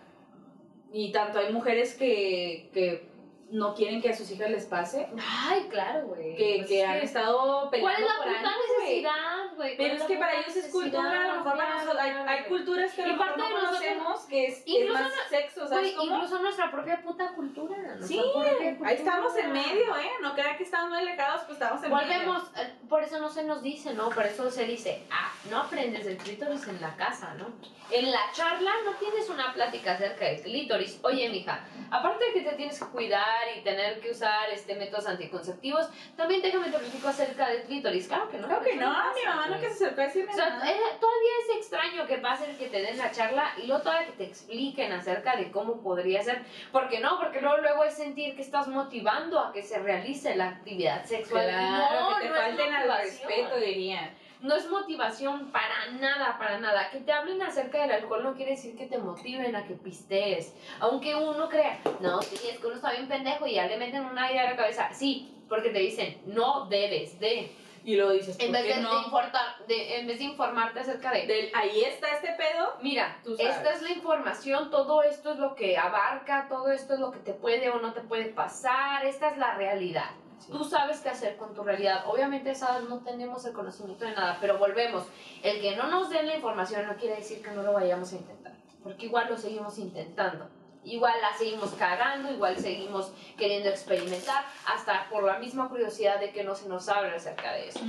[SPEAKER 2] y tanto hay mujeres que, que no quieren que a sus hijas les pase,
[SPEAKER 9] Ay, claro, güey.
[SPEAKER 2] que,
[SPEAKER 9] Pues
[SPEAKER 2] que
[SPEAKER 9] es
[SPEAKER 2] han
[SPEAKER 9] que-
[SPEAKER 2] estado
[SPEAKER 9] ¿Cuál
[SPEAKER 2] peleando
[SPEAKER 9] es la
[SPEAKER 2] por
[SPEAKER 9] puta
[SPEAKER 2] años, güey.
[SPEAKER 9] necesidad, güey? ¿Cuál
[SPEAKER 2] Pero es
[SPEAKER 9] la
[SPEAKER 2] que para
[SPEAKER 9] puta
[SPEAKER 2] ellos es cultura, a lo mejor para
[SPEAKER 9] necesidad?
[SPEAKER 2] nosotros hay, hay
[SPEAKER 9] Claro,
[SPEAKER 2] culturas que a
[SPEAKER 9] Y
[SPEAKER 2] lo mejor
[SPEAKER 9] parte
[SPEAKER 2] no
[SPEAKER 9] de nosotros-
[SPEAKER 2] conocemos, que es, es
[SPEAKER 9] incluso
[SPEAKER 2] más sexo, ¿sabes
[SPEAKER 9] Güey,
[SPEAKER 2] cómo?
[SPEAKER 9] incluso nuestra propia puta cultura. nuestra
[SPEAKER 2] Sí,
[SPEAKER 9] propia cultura.
[SPEAKER 2] Ahí estamos en medio, ¿eh? No crean que estamos muy alejados, pues estamos en medio.
[SPEAKER 9] Volvemos, eh, por eso no se nos dice, ¿no? Por eso se dice, ah, no aprendes del clítoris en la casa, ¿no? En la charla no tienes una plática acerca del clítoris. Oye, mija, aparte de que te tienes que cuidar y tener que usar este métodos anticonceptivos, también déjame te platico acerca del clítoris. Claro que no.
[SPEAKER 2] Creo que
[SPEAKER 9] eso
[SPEAKER 2] no,
[SPEAKER 9] pasa,
[SPEAKER 2] mi mamá
[SPEAKER 9] güey.
[SPEAKER 2] nunca se acercó a decirme
[SPEAKER 9] O sea,
[SPEAKER 2] nada.
[SPEAKER 9] era- todavía es extraño que pase el que te den la charla y luego todavía que te expliquen acerca de cómo podría ser. Porque no, porque luego, luego es sentir que estás motivando a que se realice la actividad sexual.
[SPEAKER 2] Claro,
[SPEAKER 9] no,
[SPEAKER 2] que te
[SPEAKER 9] no es
[SPEAKER 2] falten al
[SPEAKER 9] motivación.
[SPEAKER 2] respeto, dirían.
[SPEAKER 9] No es motivación para nada, para nada. Que te hablen acerca del alcohol no quiere decir que te motiven a que pistees. Aunque uno crea, no, sí, es que uno está bien pendejo y ya le meten una idea a la cabeza. Sí, porque te dicen, no debes de.
[SPEAKER 2] Y lo dices, ¿por
[SPEAKER 9] En vez
[SPEAKER 2] qué
[SPEAKER 9] de, de
[SPEAKER 2] no?
[SPEAKER 9] importar- de- en vez de informarte acerca de...
[SPEAKER 2] Del, ahí está este pedo.
[SPEAKER 9] Mira,
[SPEAKER 2] Tú sabes.
[SPEAKER 9] esta es la información, todo esto es lo que abarca, todo esto es lo que te puede o no te puede pasar, esta es la realidad. Tú sabes qué hacer con tu realidad. Obviamente esa no tenemos el conocimiento de nada, pero volvemos. El que no nos den la información no quiere decir que no lo vayamos a intentar, porque igual lo seguimos intentando. Igual la seguimos cagando, igual seguimos queriendo experimentar, hasta por la misma curiosidad de que no se nos habla acerca de eso.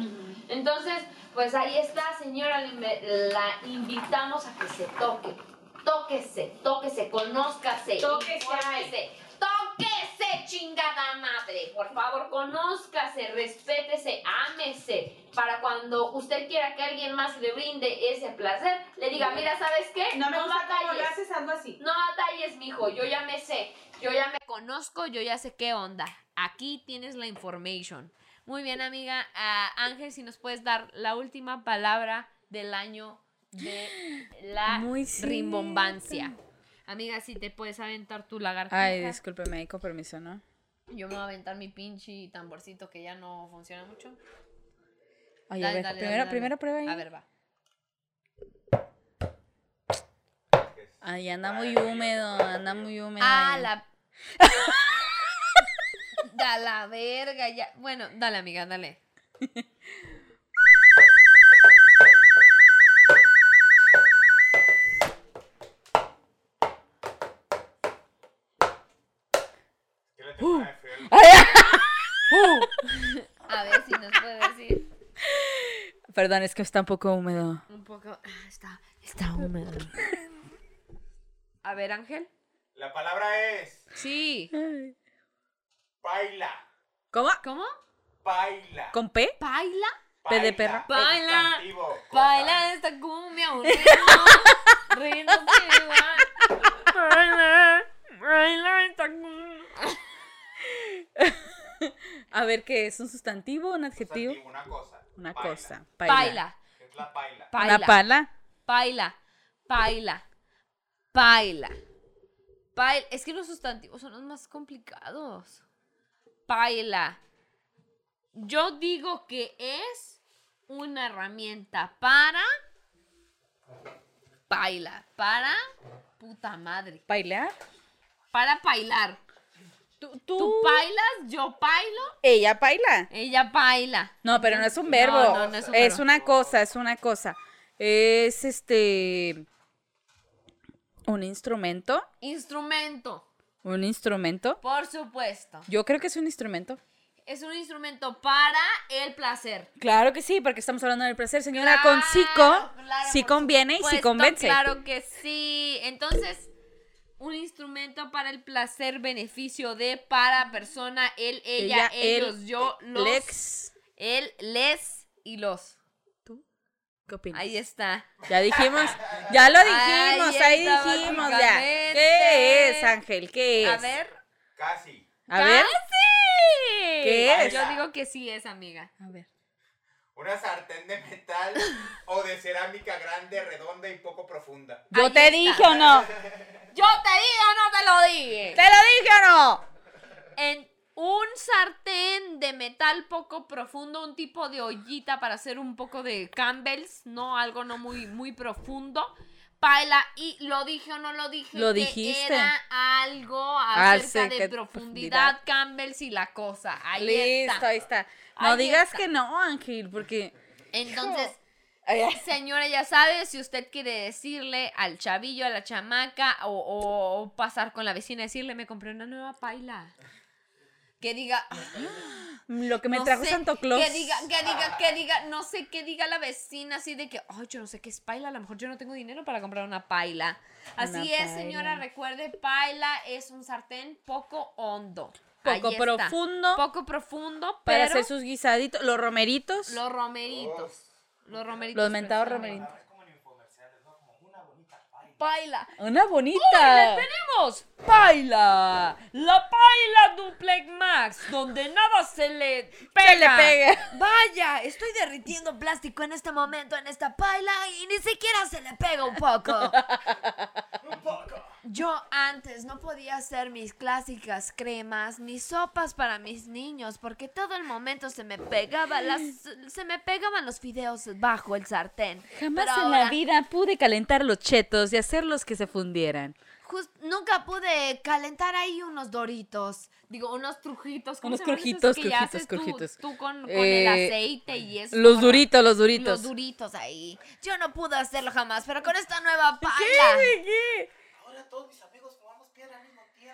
[SPEAKER 9] Entonces, pues ahí está, señora, la inve- la invitamos a que se toque. Tóquese, tóquese, conózcase.
[SPEAKER 8] Tóquese.
[SPEAKER 9] infórmese. Tóquese, chingada madre. Por favor, conózcase, respétese, ámese. Para cuando usted quiera que alguien más le brinde ese placer, le diga, mira, ¿sabes qué?
[SPEAKER 8] Eh, No me gusta cómo lo
[SPEAKER 9] batalles.
[SPEAKER 8] haces, algo así.
[SPEAKER 9] No batalles, mijo, yo ya me sé, yo ya me conozco, yo ya sé qué onda. Aquí tienes la information. Muy bien, amiga. Ah, Ángel, si nos puedes dar la última palabra del año de la
[SPEAKER 2] Muy
[SPEAKER 9] rimbombancia. Amiga, si te puedes aventar tu lagartija.
[SPEAKER 2] Ay, discúlpeme, ahí con permiso, ¿no?
[SPEAKER 1] Yo me voy a aventar mi pinche tamborcito que ya no funciona mucho.
[SPEAKER 2] Ay,
[SPEAKER 1] Dale,
[SPEAKER 2] a ver,
[SPEAKER 1] dale, dale,
[SPEAKER 2] primera,
[SPEAKER 1] dale.
[SPEAKER 2] primera prueba ahí.
[SPEAKER 1] A ver, va.
[SPEAKER 2] Ay, anda muy húmedo, anda muy húmedo.
[SPEAKER 1] Ah,
[SPEAKER 2] ahí.
[SPEAKER 1] la. da la verga, ya. Bueno, dale, amiga, dale.
[SPEAKER 3] ¿Qué le tengo de feo?
[SPEAKER 1] A ver si nos puede decir
[SPEAKER 2] Perdón, es que está un poco húmedo.
[SPEAKER 1] un poco. Ah, está, está húmedo. A ver, Ángel.
[SPEAKER 3] La palabra es
[SPEAKER 1] Sí.
[SPEAKER 3] baila.
[SPEAKER 2] ¿Cómo?
[SPEAKER 1] ¿Cómo?
[SPEAKER 3] Baila.
[SPEAKER 2] ¿Con P?
[SPEAKER 1] ¿Baila?
[SPEAKER 2] P de perra.
[SPEAKER 1] Baila.
[SPEAKER 3] Sustantivo, cosa.
[SPEAKER 1] Baila esta cumbia, un ritmo. Ritmo que va. Baila, baila esta cumbia.
[SPEAKER 2] A ver, ¿qué es? ¿Un sustantivo? ¿Un adjetivo?
[SPEAKER 3] Sustantivo, Una cosa.
[SPEAKER 2] Una
[SPEAKER 3] Baila.
[SPEAKER 2] cosa.
[SPEAKER 1] Baila,
[SPEAKER 3] ¿Qué es la baila?
[SPEAKER 1] baila.
[SPEAKER 2] Una pala.
[SPEAKER 1] Paila, paila, paila. Paila. Es que los sustantivos son los más complicados. Paila. Yo digo que es una herramienta para. Paila. Para. Puta madre.
[SPEAKER 2] ¿Bailar?
[SPEAKER 1] Para bailar.
[SPEAKER 2] ¿Tú?
[SPEAKER 1] Tú bailas, yo bailo,
[SPEAKER 2] ¿Ella baila?
[SPEAKER 1] ella baila.
[SPEAKER 2] No, pero no es un
[SPEAKER 1] No,
[SPEAKER 2] verbo.
[SPEAKER 1] no, no es
[SPEAKER 2] es,
[SPEAKER 1] un verbo.
[SPEAKER 2] una cosa, es una cosa. Es este. Un instrumento.
[SPEAKER 1] Instrumento,
[SPEAKER 2] Un instrumento.
[SPEAKER 1] por supuesto.
[SPEAKER 2] Yo creo que es un instrumento.
[SPEAKER 1] Es un instrumento para el placer.
[SPEAKER 2] Claro que sí, porque estamos hablando del placer, señora.
[SPEAKER 1] Claro,
[SPEAKER 2] con psico,
[SPEAKER 1] claro,
[SPEAKER 2] sí
[SPEAKER 1] por
[SPEAKER 2] conviene y sí
[SPEAKER 1] supuesto,
[SPEAKER 2] convence.
[SPEAKER 1] Claro que sí. Entonces, un instrumento para el placer, beneficio de para persona, él, ella,
[SPEAKER 2] él,
[SPEAKER 1] ellos, yo, los,
[SPEAKER 2] Lex.
[SPEAKER 1] él, les y los.
[SPEAKER 2] ¿Qué opinas?
[SPEAKER 1] Ahí está.
[SPEAKER 2] Ya dijimos, ya lo
[SPEAKER 1] Ahí
[SPEAKER 2] dijimos, ahí,
[SPEAKER 1] está,
[SPEAKER 2] dijimos ya.
[SPEAKER 1] básicamente.
[SPEAKER 2] ¿Qué es, Ángel? ¿Qué es?
[SPEAKER 1] A ver.
[SPEAKER 3] Casi.
[SPEAKER 2] A ver.
[SPEAKER 1] ¡Casi!
[SPEAKER 2] ¿Qué es?
[SPEAKER 1] Yo digo que sí es, amiga.
[SPEAKER 2] A ver.
[SPEAKER 3] Una sartén de metal o de cerámica grande, redonda y poco profunda.
[SPEAKER 2] ¿Yo
[SPEAKER 1] Ahí
[SPEAKER 2] te
[SPEAKER 1] está.
[SPEAKER 2] dije o no?
[SPEAKER 1] Yo te digo, no te lo dije.
[SPEAKER 2] ¿Te lo dije o no?
[SPEAKER 1] en un sartén de metal poco profundo, un tipo de ollita para hacer un poco de Campbell's, no algo no muy muy profundo. Paila, y lo dije o no lo dije.
[SPEAKER 2] Lo
[SPEAKER 1] que
[SPEAKER 2] dijiste. Ah,
[SPEAKER 1] Era algo acerca
[SPEAKER 2] Acerca
[SPEAKER 1] de
[SPEAKER 2] de
[SPEAKER 1] profundidad, Campbell's y la cosa. Ahí
[SPEAKER 2] Listo,
[SPEAKER 1] está.
[SPEAKER 2] ahí está. No
[SPEAKER 1] Ahí
[SPEAKER 2] digas
[SPEAKER 1] está.
[SPEAKER 2] que no, Ángel, porque.
[SPEAKER 1] Entonces,
[SPEAKER 2] Ay, ay.
[SPEAKER 1] Señora, ya sabe, si usted quiere decirle al chavillo, a la chamaca, o, o- o pasar con la vecina y decirle, me compré una nueva paila. Que diga,
[SPEAKER 2] Lo que me
[SPEAKER 1] no
[SPEAKER 2] trajo
[SPEAKER 1] sé,
[SPEAKER 2] Santo Claus.
[SPEAKER 1] Que diga, que diga, que diga, no sé qué diga la vecina así de que, ay, yo no sé qué es paila, a lo mejor yo no tengo dinero para comprar una paila. Así
[SPEAKER 2] Una
[SPEAKER 1] es, señora,
[SPEAKER 2] paila.
[SPEAKER 1] recuerde, paila es un sartén poco hondo.
[SPEAKER 2] Poco
[SPEAKER 1] Ahí está.
[SPEAKER 2] profundo.
[SPEAKER 1] Poco profundo, pero
[SPEAKER 2] para hacer sus guisaditos, los romeritos.
[SPEAKER 1] los romeritos. Los romeritos.
[SPEAKER 2] Los mentados
[SPEAKER 1] precisamente.
[SPEAKER 2] romeritos.
[SPEAKER 1] Paila.
[SPEAKER 2] Una bonita.
[SPEAKER 1] Tenemos Paila, la Paila Duplex Max, donde nada se le pega.
[SPEAKER 2] Se le pega.
[SPEAKER 1] Vaya, estoy derritiendo plástico en este momento en esta Paila y ni siquiera se le pega un poco. Yo antes no podía hacer mis clásicas cremas ni sopas para mis niños porque todo el momento se me pegaba las se me pegaban los fideos bajo el sartén.
[SPEAKER 2] Jamás
[SPEAKER 1] Pero
[SPEAKER 2] en
[SPEAKER 1] ahora-
[SPEAKER 2] la vida pude calentar los chetos y hacerlos que se fundieran.
[SPEAKER 1] Jus- nunca pude calentar ahí unos doritos. Digo, unos trujitos. ¿cómo
[SPEAKER 2] Unos
[SPEAKER 1] se llaman esos
[SPEAKER 2] crujitos,
[SPEAKER 1] que ya
[SPEAKER 2] crujitos,
[SPEAKER 1] haces tú-
[SPEAKER 2] crujitos.
[SPEAKER 1] Tú, con, con el
[SPEAKER 2] Eh,
[SPEAKER 1] aceite y eso.
[SPEAKER 2] Los
[SPEAKER 1] ¿no?
[SPEAKER 2] duritos, los duritos.
[SPEAKER 1] Los duritos ahí. Yo no pude hacerlo jamás, pero con esta nueva pala.
[SPEAKER 2] ¿Qué?
[SPEAKER 3] Ahora todos mis amigos fumamos piedra.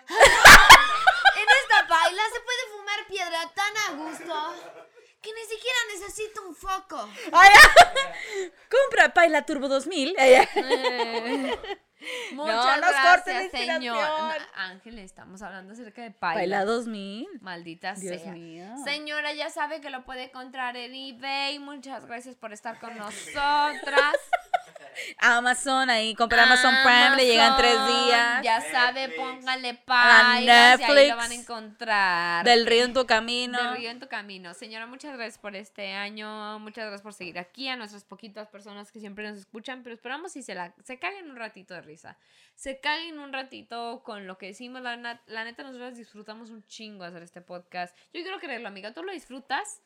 [SPEAKER 1] En esta paila se puede fumar piedra tan a gusto que ni siquiera necesito un foco.
[SPEAKER 4] Ay, ya. Compra Paila Turbo 2000. Ay, ya.
[SPEAKER 1] Eh, Muchas
[SPEAKER 4] nos cortes la
[SPEAKER 1] gracias,
[SPEAKER 4] inspiración.
[SPEAKER 1] señor. No, Ángel, estamos hablando acerca de paila.
[SPEAKER 4] Paila 2000.
[SPEAKER 1] Maldita
[SPEAKER 4] Dios
[SPEAKER 1] sea.
[SPEAKER 4] mío.
[SPEAKER 1] Señora, ya sabe que lo puede encontrar en eBay. Muchas gracias por estar con nosotras.
[SPEAKER 4] Amazon ahí, compra Amazon, Prime, le llegan tres
[SPEAKER 1] Amazon,
[SPEAKER 4] días.
[SPEAKER 1] Ya
[SPEAKER 3] Netflix.
[SPEAKER 1] sabe, póngale paila. Y ahí
[SPEAKER 4] Netflix.
[SPEAKER 1] lo van a encontrar.
[SPEAKER 4] Del río en tu camino.
[SPEAKER 1] Del río en tu camino. Señora, muchas gracias por este año. Muchas gracias por seguir aquí. A nuestras poquitas personas que siempre nos escuchan. Pero esperamos si se, la, se caguen un ratito de risa. Se caguen un ratito con lo que decimos. La, na- la neta, nosotros disfrutamos un chingo hacer este podcast. Yo quiero creerlo, amiga. ¿Tú lo disfrutas?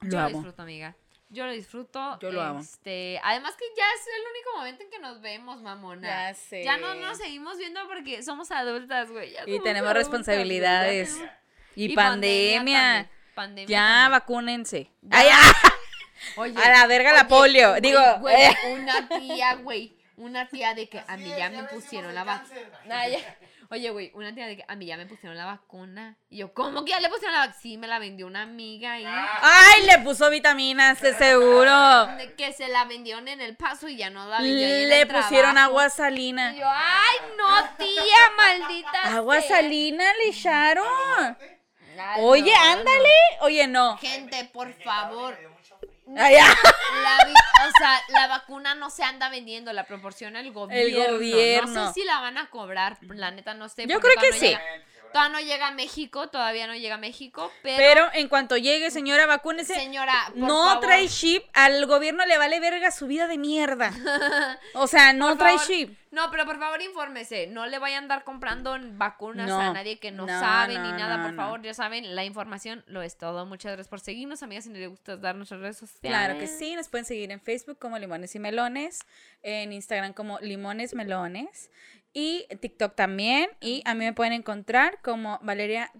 [SPEAKER 4] Lo
[SPEAKER 1] Yo
[SPEAKER 4] amo.
[SPEAKER 1] lo disfruto, amiga. Yo lo disfruto.
[SPEAKER 4] Yo lo amo.
[SPEAKER 1] Este, además que ya es el único momento en que nos vemos, mamona.
[SPEAKER 4] Ya sé.
[SPEAKER 1] Ya no nos seguimos viendo porque somos adultas, güey. ya
[SPEAKER 4] Y
[SPEAKER 1] somos
[SPEAKER 4] tenemos
[SPEAKER 1] adultas,
[SPEAKER 4] responsabilidades.
[SPEAKER 1] güey, ya tenemos-
[SPEAKER 4] Y, pandemia.
[SPEAKER 1] también, pandemia
[SPEAKER 4] Ya,
[SPEAKER 1] también.
[SPEAKER 4] vacúnense. Ay, ah,
[SPEAKER 1] Oye,
[SPEAKER 4] a la verga la
[SPEAKER 1] oye,
[SPEAKER 4] polio.
[SPEAKER 1] güey,
[SPEAKER 4] Digo,
[SPEAKER 1] güey,
[SPEAKER 4] eh.
[SPEAKER 1] una tía, güey. Una tía de que a
[SPEAKER 3] Así
[SPEAKER 1] mí
[SPEAKER 3] es,
[SPEAKER 1] ya me
[SPEAKER 3] ves cómo
[SPEAKER 1] pusieron
[SPEAKER 3] se
[SPEAKER 1] la vacuna.
[SPEAKER 3] cáncer.
[SPEAKER 1] Oye, güey, una tía de que a mí ya me pusieron la vacuna. Y yo, ¿cómo que ya le pusieron la vacuna? Sí, me la vendió una amiga ahí.
[SPEAKER 3] Ah.
[SPEAKER 4] Ay, le puso vitaminas, de seguro.
[SPEAKER 1] De que se la vendieron en el paso y ya no la vendió. ahí en
[SPEAKER 4] Le
[SPEAKER 1] el
[SPEAKER 4] pusieron
[SPEAKER 1] trabajo.
[SPEAKER 4] agua salina.
[SPEAKER 1] Y yo, ay, no, tía, maldita.
[SPEAKER 4] Agua
[SPEAKER 1] sea".
[SPEAKER 4] salina le echaron.
[SPEAKER 1] Ay,
[SPEAKER 4] Oye,
[SPEAKER 1] no, no.
[SPEAKER 4] ándale. Oye, no.
[SPEAKER 1] Gente, por favor.
[SPEAKER 4] Ay, ah.
[SPEAKER 1] La vi- o sea, la vacuna no se anda vendiendo, la proporciona el gobierno. No
[SPEAKER 4] gobierno.
[SPEAKER 1] sé si la van a cobrar, la neta no sé.
[SPEAKER 4] Yo
[SPEAKER 1] porque
[SPEAKER 4] creo que
[SPEAKER 1] todavía no
[SPEAKER 4] sí.
[SPEAKER 1] llega- Todavía no llega a México, todavía no llega a México, pero,
[SPEAKER 4] Pero en cuanto llegue, señora, vacúnese.
[SPEAKER 1] señora, por
[SPEAKER 4] No
[SPEAKER 1] favor,
[SPEAKER 4] trae chip. Al gobierno le vale verga su vida de mierda. O sea, no
[SPEAKER 1] por
[SPEAKER 4] trae
[SPEAKER 1] favor-
[SPEAKER 4] chip.
[SPEAKER 1] No, pero por favor infórmese, no le vayan a andar comprando vacunas
[SPEAKER 4] No,
[SPEAKER 1] a nadie que no,
[SPEAKER 4] no,
[SPEAKER 1] sabe
[SPEAKER 4] no,
[SPEAKER 1] ni nada,
[SPEAKER 4] no,
[SPEAKER 1] por
[SPEAKER 4] no.
[SPEAKER 1] favor, ya saben, la información lo es todo. Muchas gracias por seguirnos, amigas, si les gusta dar nuestras redes sociales.
[SPEAKER 4] Claro que sí, nos pueden seguir en Facebook como Limones y Melones, en Instagram como Limones Melones y TikTok también. Y a mí me pueden encontrar como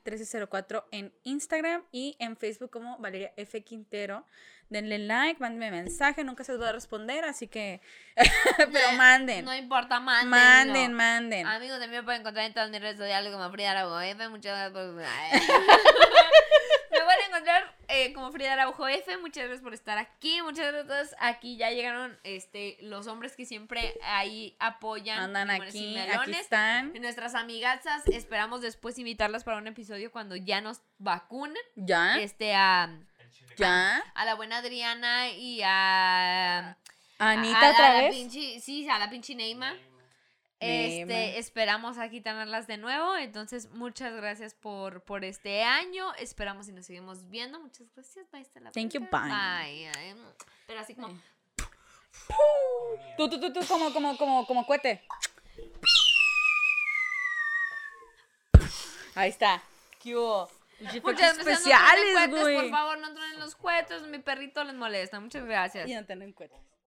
[SPEAKER 4] Valeria1304 en Instagram y en Facebook como Valeria F. Quintero. Denle like, mándenme mensaje, nunca se los voy a responder, así que, pero manden,
[SPEAKER 1] No importa, mándenlo.
[SPEAKER 4] manden, manden.
[SPEAKER 1] Amigos, también me pueden encontrar en todas mis redes sociales como Frida Araujo F. Muchas gracias por... me pueden encontrar eh, como Frida Araujo F. Muchas gracias por estar aquí. Muchas gracias. Aquí ya llegaron este, los hombres que siempre ahí apoyan.
[SPEAKER 4] Andan
[SPEAKER 1] Limones y
[SPEAKER 4] aquí, aquí
[SPEAKER 1] melones.
[SPEAKER 4] están.
[SPEAKER 1] Nuestras amigazas, esperamos después invitarlas para un episodio cuando ya nos vacunen.
[SPEAKER 4] Ya,
[SPEAKER 1] Este, a,
[SPEAKER 4] ya.
[SPEAKER 1] a la buena Adriana y a...
[SPEAKER 4] Anita
[SPEAKER 1] a- a-
[SPEAKER 4] otra
[SPEAKER 1] a la
[SPEAKER 4] vez.
[SPEAKER 1] pinche- sí, a la pinche Neima.
[SPEAKER 4] Neima.
[SPEAKER 1] Este, esperamos aquí tenerlas de nuevo. Entonces, muchas gracias por, por este año. Esperamos y nos seguimos viendo. Muchas gracias. Bye. hasta la
[SPEAKER 4] Thank you,
[SPEAKER 1] próxima. Bye, ay, Pero así como.
[SPEAKER 4] Tú, tú, tú, tú, como, como, como, como cohete. Ahí está. ¿Qué hubo? Los
[SPEAKER 1] Muchas
[SPEAKER 4] efectos
[SPEAKER 1] gracias. no truenen
[SPEAKER 4] especiales,
[SPEAKER 1] cohetes,
[SPEAKER 4] güey.
[SPEAKER 1] Por favor, no tronen los cohetes. Mi perrito les molesta. Muchas gracias.
[SPEAKER 4] Y no tienen cohetes.